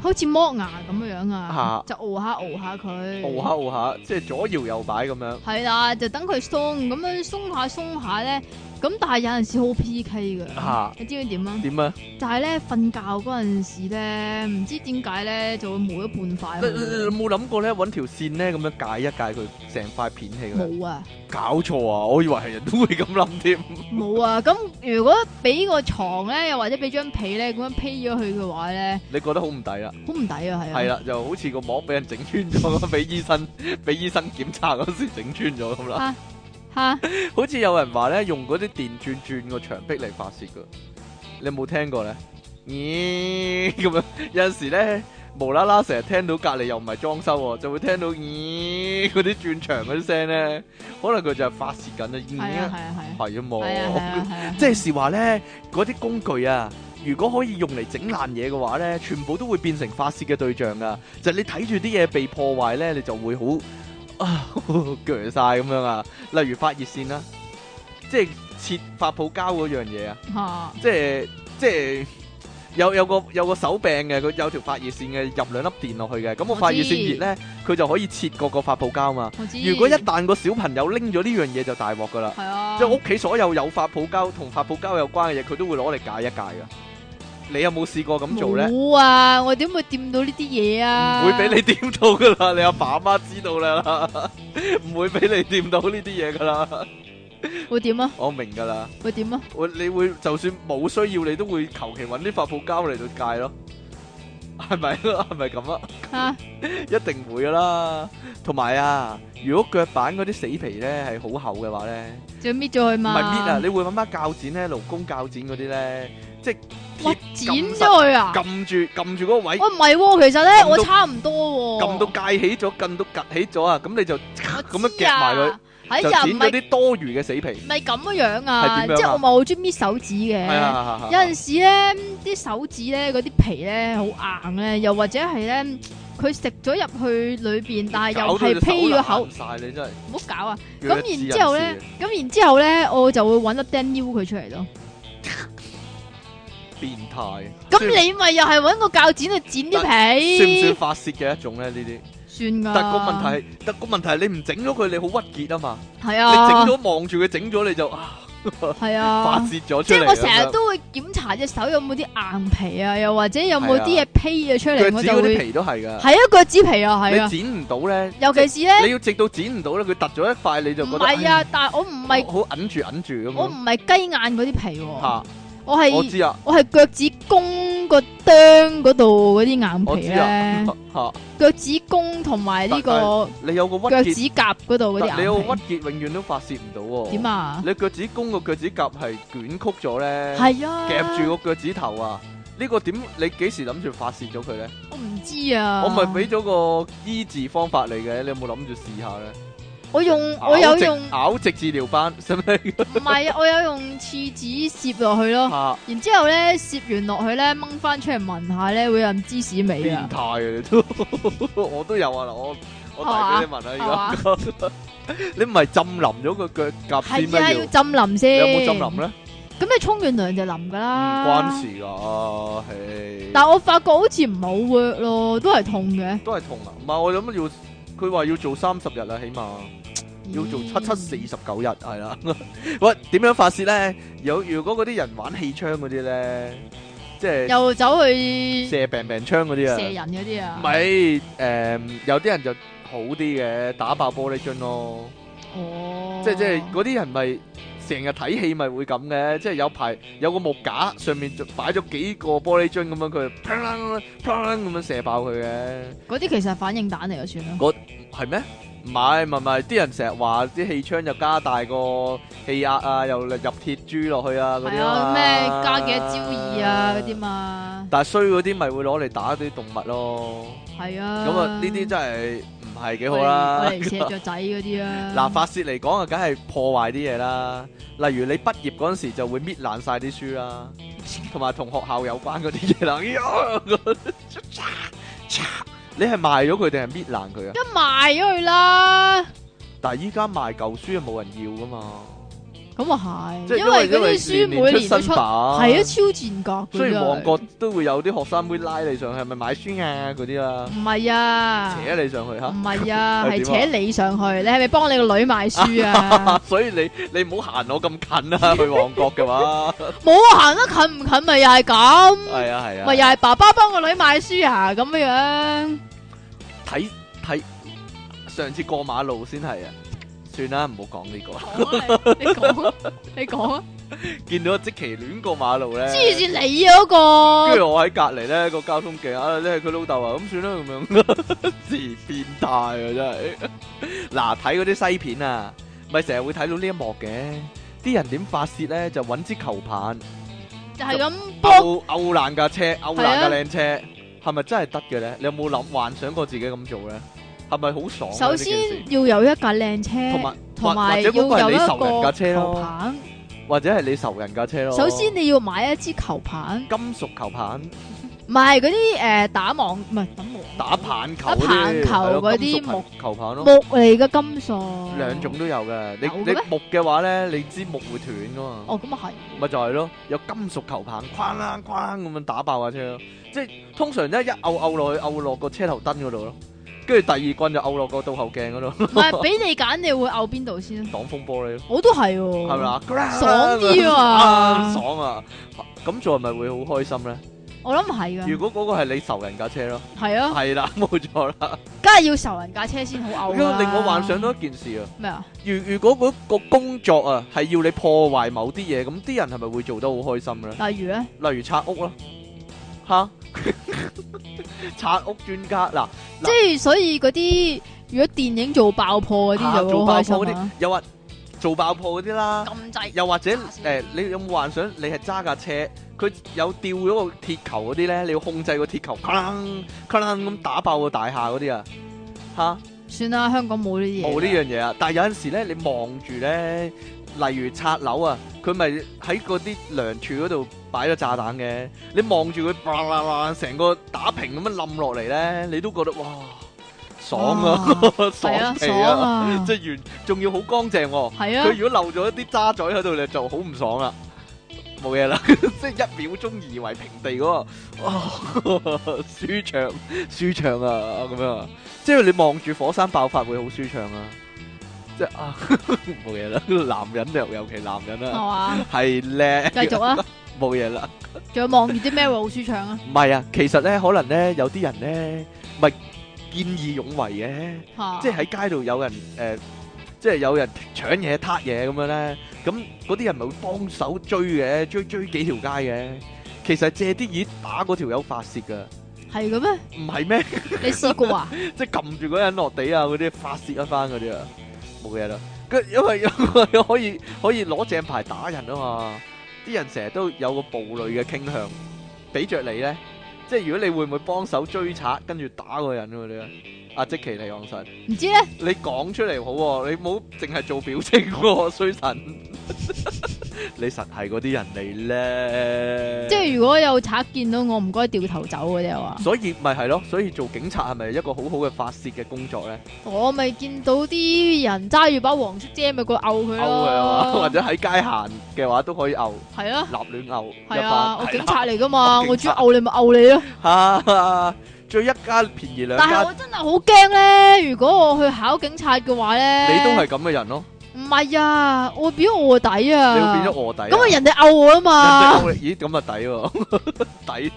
好似剝牙咁樣啊嚇，就熬下熬下佢，搖下搖下，即係左搖右擺咁樣。係啦，就等佢鬆咁樣鬆下鬆下咧。咁但係有陣時好 P K 噶，嚇你知唔知點啊？點啊？就係咧瞓覺嗰陣時咧，唔知點解咧就會冇咗半你你有塊冇諗過咧，揾條線咧咁樣解一解佢，成塊片起佢。冇啊，搞錯啊！我以為係人都會咁諗添。 (laughs) 冇啊。咁如果俾個床咧，又或者俾張被咧咁樣披咗佢嘅話咧，你覺得好唔抵啦？好唔抵啊，係啊。係啦，就好似個膜俾人整穿咗咁，俾醫生俾醫生檢查嗰時整穿咗咁啊啦。吓，好似有人話咧，用嗰啲電轉轉個牆壁嚟發泄噶，你有冇聽過咧？咦咁樣有陣時咧，無啦啦成日聽到隔離又唔係裝修喎，就會聽到咦嗰啲轉牆嗰啲聲咧，可能佢就係發泄緊啦。係啊，係咦，啊，係啊。係啊系啊系嘛啊，系啊， (laughs) 即係是話咧，嗰啲工具啊，如果可以用嚟整爛嘢嘅話咧，全部都會變成發泄嘅對象噶。就係你睇住啲嘢被破壞咧，你就會好 (laughs) 啊鋸晒咁樣啊。例如發熱線啦、即係切發泡膠嗰樣嘢啊，吓即係即係。有有個有個手柄嘅，佢有條發熱線嘅，入兩粒電落去嘅。咁個我發熱知線熱咧，佢就可以切過個發泡膠嘛。我知。如果一旦個小朋友拎咗呢樣嘢，就大鑊噶啦。系啊，即係屋企所有有發泡膠同發泡膠有關嘅嘢，佢都會攞嚟戒一戒噶。你有冇試過咁做咧？冇啊，我點會掂到呢啲嘢啊？唔會俾你掂到噶啦，你阿爸阿媽知道啦， (laughs) 唔會俾你掂到呢啲嘢噶啦。你會點啊？我明噶啦，會點啊？我你會就算冇需要，你都會求其揾啲發泡膠嚟到戒咯。係咪？係咪咁啊？吓一定會噶啦。同埋啊，如果腳板嗰啲死皮咧係好厚嘅話咧，就搣咗佢唔嘛？係搣啊，你會揾把鉸剪咧，勞工鉸剪嗰啲咧，即係哇貼剪哦咗佢啊！撳住撳住嗰個位，喂，唔係喎，其實咧撳到我差唔多喎，撳到戒起咗，撳到趌起咗啊！咁你就我咁樣知夾埋佢啊，哎就呀，唔剪咗係啲多餘嘅死皮。唔係咁樣係啊，即點樣啊係我咪好中意搣手指係嘅。啊，係啊係啊有陣時咧，啲手指咧嗰啲皮咧好硬咧，又或者係咧佢食咗入去裏邊，但係又搞到係隻披咗手口爛，晒，你真係唔好搞啊！叫一咁知然之後人咧，咁然之後咧，我就會揾粒釘撩佢出嚟咯。士變態。咁你咪又係揾個鉸剪去剪啲算算唔算皮，發泄嘅一種咧？呢啲，算㗎。但個問題係，但個問題係你唔整咗佢，你好鬱結啊嘛！係你整啊，咗望住佢整咗，你就啊係發啊，泄咗出即係嚟咁樣。我成日都會檢查隻手有冇啲硬皮啊，又或者有冇啲係嘢披咗出嚟，腳我趾就嗰啲會皮都係㗎，係啊腳趾皮啊，係啊你，剪唔到咧，尤其是咧你要直到剪唔到咧，佢突咗一塊你就唔覺得係啊，但係我唔哎係好揞住揞住咁我樣唔係雞眼嗰啲皮喎，嚇。我我係知啊，我係腳趾公個釘嗰度嗰啲硬我皮知啊咧，嚇。腳趾公同埋呢個你有個腳屈結，趾甲嗰度嗰但你有啲個硬皮。屈結，永遠都發泄唔到喎。點？啊？你腳趾公個腳趾甲係捲曲咗咧，系啊，夾住個腳趾頭啊！呢個點你幾時諗住發泄咗佢咧？我唔知啊，我咪俾咗個醫治方法嚟嘅，你有冇諗住試下咧？我用我有咬直用唔咬直治療班，使唔使？係啊，我有用廁紙攝落去咯，嚇然之後咧攝完落去咧掹翻出嚟聞下咧會有人芝士味變啊，態 (laughs) 啊！你都我都有啊！嗱，我我遞俾你聞啊！而 (laughs) 家你唔係浸淋咗個腳甲先係啊要咩？浸淋要先，你有冇浸淋？咧？咁你沖完涼就淋噶唔啦，關。事㗎，唉。但我發覺好似唔好 work 咯，都係痛嘅，都係痛啊！唔係我諗要，佢話要做三十日啦，起碼要 Ừ. 做七七四十九日係 (laughs) 啦。喂，點樣發泄咧？有如果嗰啲人玩氣槍嗰啲咧，即係又走去射病病槍嗰射啲啊，人嗰啲啊唔，係誒有啲人就好啲嘅，打爆玻璃樽咯，哦，即係即係嗰啲人咪。成日睇戲咪會咁嘅，即係有排有個木架上面就擺咗幾個玻璃樽咁樣，佢就砰啷啷啷啷啷咁樣射爆佢嘅，嗰啲其實係反應彈嚟就算啦，係咩？唔唔係唔係唔係，啲人成日話啲氣槍就加大個氣壓啊，又入鐵珠落去啊嗰係啲啊啊，嘛咩加幾多招二啊嗰啲。嘛，但係衰嗰啲咪會攞嚟打啲動物咯。係啊。咁啊，呢啲真係唔係幾好我啦嚟。射雀仔嗰啲啊。嗱，法師嚟講啊，梗係破壞啲嘢啦。例如你畢業嗰陣時就會搣爛晒啲書啦，同埋同學校有關嗰啲嘢啦。哎 (laughs) 呀你係賣咗佢定係搣爛佢啊？一賣咗佢啦，但係依家賣舊書冇人要噶嘛，咁啊即係，係因因為為因嗰為啲書年每年年都新出，版，係啊，超賤格㗎。雖真然係旺角都會有啲學生妹拉你上去，係咪買書啊嗰啲啦，唔係啊，扯你上去嚇唔。係啊，係係點啊扯你上去，你係咪幫你個女買書 (laughs) 啊？所以你你唔好行我咁近啦，去旺角 (laughs) 嘅話，冇啊，行得近唔近咪又係咁，係啊係啊，咪又係爸爸幫個女買書啊咁樣 (laughs) 樣。睇睇上次過馬路先係啊，算啦，唔好講 (laughs) 呢個。講啊你你講啊， (laughs) 你講啊，見到即其亂過馬路咧，黐線你啊嗰個跟，住我喺隔離咧個交通警啊，你係佢老豆啊，咁算啦咁樣， (laughs) 自變態啊真係。 (laughs) 嗱睇嗰啲西片啊，咪成日會睇到呢一幕嘅，啲人點發泄咧就揾支球棒就係咁幫勾勾爛架車，勾係爛架啊靚車，係咪真係得嘅咧？你有冇諗幻想過自己咁做咧？係咪好爽啊？首呢件事先要有一架靚同車，埋同埋或要或者嗰個係有你一仇人架個車球咯，棒。或者係你仇人架車咯。首先你要買一支球棒，金屬球棒、唔係嗰啲誒打網，唔係打網打棒球打嗰啲棒球係咯嗰金啲屬球棒咯，木嚟嘅金屬，兩種。都有嘅。你有嘅你咩木嘅話咧，你支木會斷噶嘛，哦，咁啊咪就係咯，有金屬球棒，哐啷哐啷咁樣打爆架車咯。即係通常咧一摳摳落去，摳落個車頭燈嗰度咯，跟住第二棍就摳落個倒後鏡嗰度，係，(laughs) 唔係俾你揀，你會拗邊度先啊？擋風玻璃咯，我都係喎，係咪？ (laughs) 啊？爽啲啊啊爽啊！咁做係咪會好開心咧？我諗係噶，如果嗰個係你仇人架車咯，係啊，係啦， (laughs) 冇錯啦。梗係要仇人架車先好啊拗啦。令我幻想到一件事啊，咩啊？如如果嗰個工作啊係要你破壞某啲嘢，咁啲人係咪會做得好開心咧？例如咧，例如拆屋啦，吓 (laughs) 拆屋專家嗱，即係所以嗰啲如果電影做爆破嗰啊啲就做好爆開破嗰心啊啲，，又或做爆破嗰啲啦，咁滯又或者誒炸死、你有冇幻想你係揸架車，佢有吊咗個鐵球嗰啲咧，你要控制個鐵球，咔啷咔啷咁打爆個大廈嗰啲啊，吓、算啦，香港冇呢啲嘢，冇呢樣嘢啊！但係有陣時咧，你望住咧，例如拆樓啊，佢咪喺嗰啲梁柱嗰度擺咗炸彈嘅。你望住佢，啦啦啦，成個打平咁樣冧落嚟咧，你都覺得哇，爽啊，係啊， (laughs) 爽氣爽啊！啊，即係完，仲要好乾淨喎。係啊佢。如果漏咗一啲渣滓喺度咧，就好唔爽啦。冇嘢啦， (laughs) 即係一秒鐘夷為平地嗰、個，哦， (laughs) 舒暢舒暢啊咁樣啊，即係你望住火山爆發會好舒暢啊，即係啊 (laughs) 冇嘢啦，男人就尤其男人係啦，嘛？係咧， (laughs) 繼續啊！冇嘢啦，仲有望住啲咩會好舒暢啊？唔係啊，其實咧可能咧有啲人咧咪見義勇為嘅。嚇即係喺街度有人誒、呃即係有人搶嘢、撻嘢咁樣咧，咁嗰啲人咪會幫手追嘅，追追幾條街嘅。其實借啲嘢打嗰條友發泄噶，係嘅咩？唔係咩？ (laughs) 你試過啊？即係撳住嗰個人落地啊，嗰啲發泄一番嗰啲啊，冇嘢啦。跟因為 (laughs) 因為可以可以攞正牌打人啊嘛，啲人成日都有個暴戾嘅傾向，俾着你咧，即係如果你會唔會幫手追賊，跟住打嗰個人嗰啲啊？阿即奇利昂神。唔知咧，你講出嚟好喎、你唔好淨係做表情喎、衰神。 (laughs) 你實係嗰啲人嚟咧，即係如果有賊見到我，唔該掉頭走嘅啫話。所以咪係咯，所以做警察係咪一個好好嘅發泄嘅工作咧？我咪見到啲人揸住把黃色遮，咪過摳佢勾佢啊嘛， (laughs) 或咯。者喺街行嘅話都可以勾， (laughs) 係啊，立亂勾一係啊，番，我係警啦察嚟噶 (laughs) 嘛，我我警主察要摳你咪摳 (laughs) 你咯。哈哈最一家便宜兩但係家，我真係好驚咧，如果我去考警察嘅話咧，你都係咁嘅人咯，唔係啊？我會變咗卧底你啊！會變咗卧底啊。咁啊，人哋摳我啊嘛。人哋勾你咦咁啊 (laughs) 抵喎，抵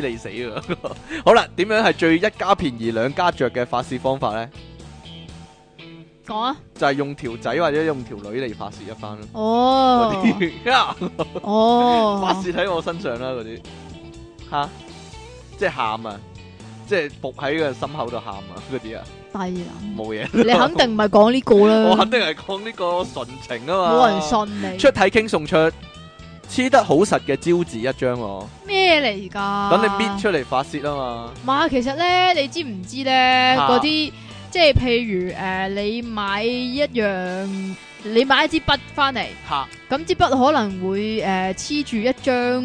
抵你死喎！ (laughs) 好啦，點樣係最一家便宜兩家着嘅發泄方法咧？講啊，就係用條仔或者用條女嚟發泄一番咯。哦，嗰啲啊發 (laughs) 哦，泄喺我身上啦，嗰啲吓，即係喊啊，即係伏喺個心口度喊啊，嗰啲啊，低能，冇嘢，你肯定唔係講呢個 (laughs) 我啦肯，定係講呢個純情啊嘛。冇人信你，出體傾送出黐得好實嘅招紙一張喎，咩嚟㗎？等你搣出嚟發泄啊嘛。唔係，其實咧，你知唔知咧？啊嗰啲即係譬如誒、呃你買一樣，你買一支筆翻嚟，嚇咁支筆可能會誒黐住一張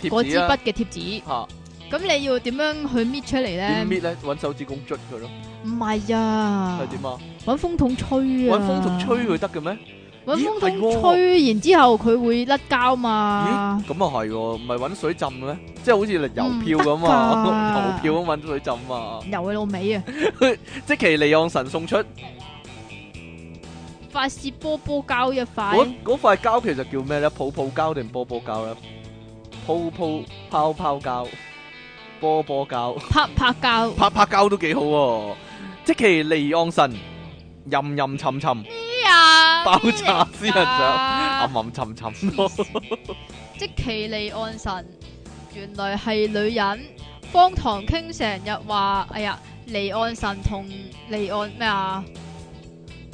紙嗰支啊筆嘅貼紙，嚇咁你要點樣去搣出嚟咧點？搣咧？揾手指公捽佢咯，唔係啊係，點啊？揾風筒吹啊，揾風筒吹，佢得嘅咩？揾咦風筒係喎吹，然之後佢會甩膠嘛咦，。咁啊係喎，唔係揾水浸嘅咩？即係好似郵票咁唔啊，郵得㗎票咁揾水浸啊。由你老尾啊！即其利昂神送出發泄波波膠一塊嗰嗰塊膠，其實叫咩咧？泡泡膠定波波膠咧？泡泡泡泡膠、波波膠、拍拍 (laughs) 膠，啪啪膠都幾好喎、即其利昂神，吟吟沉 (laughs) 沉，咩啊？爆炸私人相暗暗沉沉咯。即其利岸神，原來係女人。方唐傾成日話：哎呀，離岸神同離岸咩啊？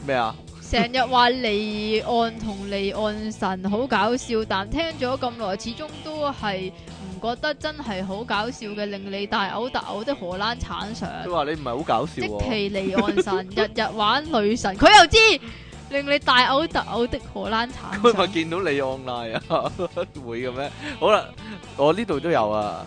咩啊？成日話離岸同離岸神好搞笑，但聽咗咁耐，始終都係唔覺得真係好搞笑嘅，令你大嘔特嘔的荷蘭產相。佢話你唔係好搞笑即喎、其離岸神，日日玩女神，佢又知令你大嘔特嘔的荷蘭產 (laughs) 佢咪相。見到你 online 啊？ (laughs) 會嘅咩？好啦，我呢度都有啊。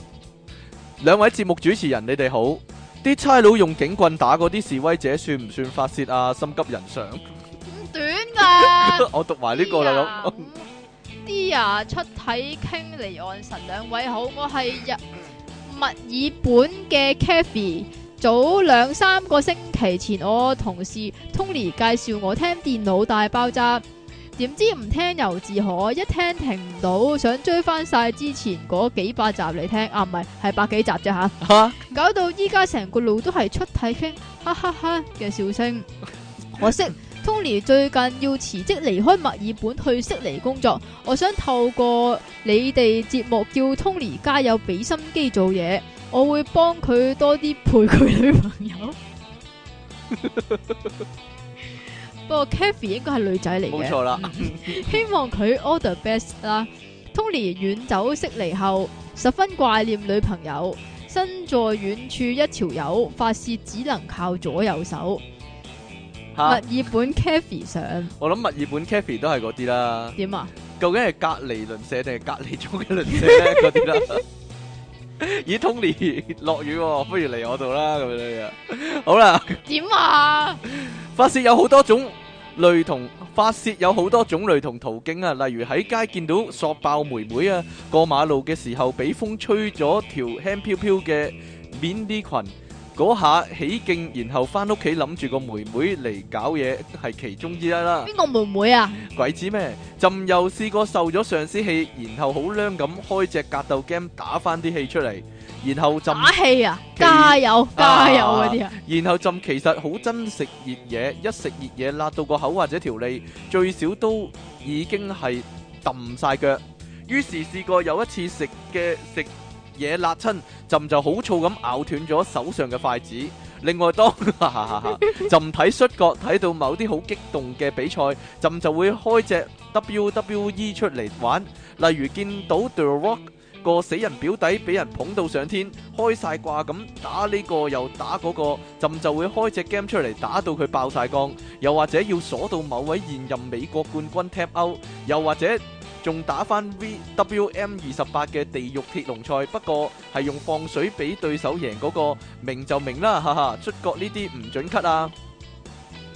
兩位節目主持人，你哋好。啲差佬用警棍打嗰啲示威者，算唔算發泄啊？心急人上。咁短㗎。 (laughs) 我讀埋啊呢個哎啦咁。 (laughs) 啲啊，嗯出體傾離岸神兩位好，我係日嗯墨爾本嘅 k a t h y 早兩三個星期前，我同事 Tony 介紹我聽電腦大爆炸，點知唔聽由自可，一聽停唔到，想追翻晒之前嗰幾百集嚟聽，啊唔係，係百幾集啫吓，嚇搞到依家成個路都係出體傾，哈哈哈嘅笑聲。可惜 Tony 最近要辭職離開墨爾本去悉尼工作，我想透過你哋節目叫 Tony 加油，俾心機做嘢，我會幫佢多啲陪佢女朋友。不過 k a t h y 應該係女仔嚟冇嘅。錯啦。希望佢 all the best 啦。Tony 遠走悉尼後，十分掛念女朋友，身在遠處一條友，發泄只能靠左右手。墨嚇爾，本 c a f e 上我諗墨爾本 c a f e 都係嗰啲啦。點啊？究竟係隔離鄰舍定係隔離中嘅鄰舍 (laughs) 咧？嗰啲啦。咦，Tony 落雨喎，不如嚟我度啦咁樣樣。好啦。點啊？發泄有好多種類同發泄有好多種類同途徑啊，例如喺街見到索爆妹妹啊，過馬路嘅時候俾風吹咗條輕飄飄嘅棉啲裙，嗰下起勁，然後翻屋企諗住個妹妹嚟搞嘢，係其中之一啦。邊個妹妹啊？鬼知咩？朕又試過受咗上司氣，然後好僆咁開隻格鬥 game 打翻啲氣出嚟，然後朕。打氣啊！其加油加油嗰啲啊！然後浸其實好憎食熱嘢，一食熱嘢辣到個口或者條脷，最少都已經係揼晒腳。於是試過有一次食嘅食嘢辣親，朕就好燥咁咬斷咗手上嘅筷子。另外當朕睇摔角睇到某啲好激動嘅比賽，朕就會開隻 WWE 出嚟玩，例如見到 The Rock。個死人表弟俾人捧到上天，開晒掛咁打呢個又打嗰、個，朕就會開只 game 出嚟打到佢爆晒缸，又或者要鎖到某位現任美國冠軍 tap out，又或者仲打翻 VWM 二十八嘅地獄鐵籠賽，不過係用放水俾對手贏嗰、個，明就明啦，哈哈，出國呢啲唔準 cut 啊！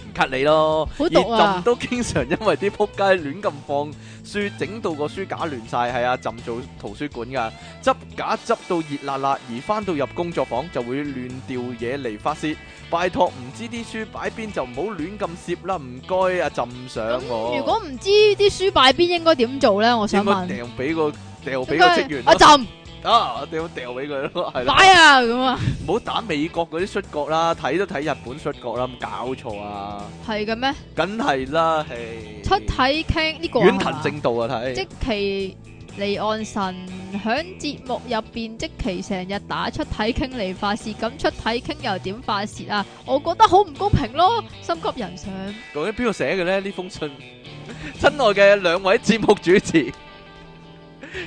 唔 cut 你咯，好毒啊而朕都經常因為啲撲街亂咁放書整到個書架亂晒，係啊，朕做圖書館噶，執架執到熱辣辣，而翻到入工作房就會亂掉嘢嚟發泄。拜託，唔知啲書擺邊就唔好亂咁攝啦，唔該啊，朕想我。咁如果唔知啲書擺邊應該點做咧？我想應該問。掉俾個掉俾應個該職員阿咯，朕啊，掉掉俾佢咯，係啦，擺啊咁啊，唔好打美國嗰啲摔角啦，睇都睇日本摔角啦，咁搞錯啊，係嘅咩？梗係啦，係出體傾呢個啊係遠藤嘛正道啊，睇即其離岸神響節目入邊，即期成日打出體傾嚟發泄，咁出體傾又點發泄啊？我覺得好唔公平咯，心急人上。究竟邊個寫嘅咧？呢封信，親愛嘅兩位節目主持，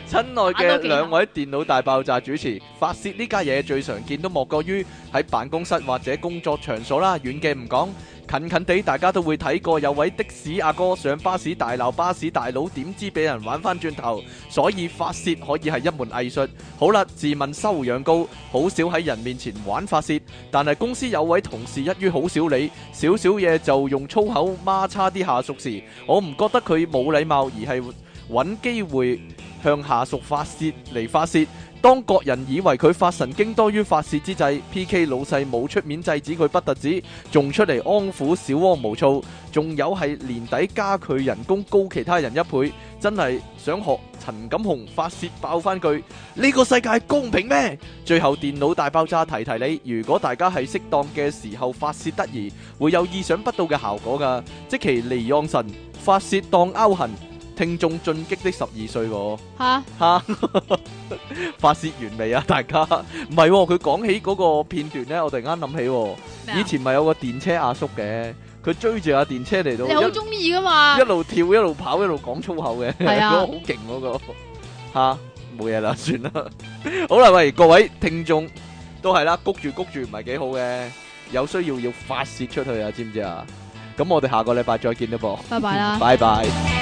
親愛嘅兩位電腦大爆炸主持，發泄呢家嘢最常見都莫過於喺辦公室或者工作場所啦，遠嘅唔講。近近地，大家都會睇過有位的士阿哥上巴士大鬧巴士大佬，點知俾人玩翻轉頭，所以發泄可以係一門藝術。好啦，自問修養高，好少喺人面前玩發泄，但係公司有位同事一於好少理，少少嘢就用粗口孖叉啲下屬時，我唔覺得佢冇禮貌，而係揾機會向下屬發泄嚟發泄。當各人以為佢發神經多於發泄之際，P.K. 老細冇出面制止佢，不特止，仲出嚟安撫小安無躁，仲有係年底加佢人工高其他人一倍，真係想學陳錦鴻發泄爆翻句：呢個世界公平咩？最後電腦大爆炸提提你，如果大家係適當嘅時候發泄得宜，會有意想不到嘅效果㗎。即其離讓神發泄當勾痕，聽眾進擊的十二歲喎。吓， (laughs) 吓，發泄完未啊？ (laughs) 大家唔係喎，佢講起嗰個片段咧，我突然間諗起喎，咩啊以前咪有個電車阿叔嘅，佢追住架電車嚟你好到中意噶嘛一一？路跳一路跑一路講粗口嘅，係啊 (laughs) 嗰個好勁嗰個吓，冇嘢啦，算啦。 (laughs) 好啦，喂，各位聽眾都係啦，谷住谷住唔係幾好嘅，有需要要發泄出去啊，知唔知啊？咁我哋下個禮拜再見啦噃，拜拜啦。拜拜。 「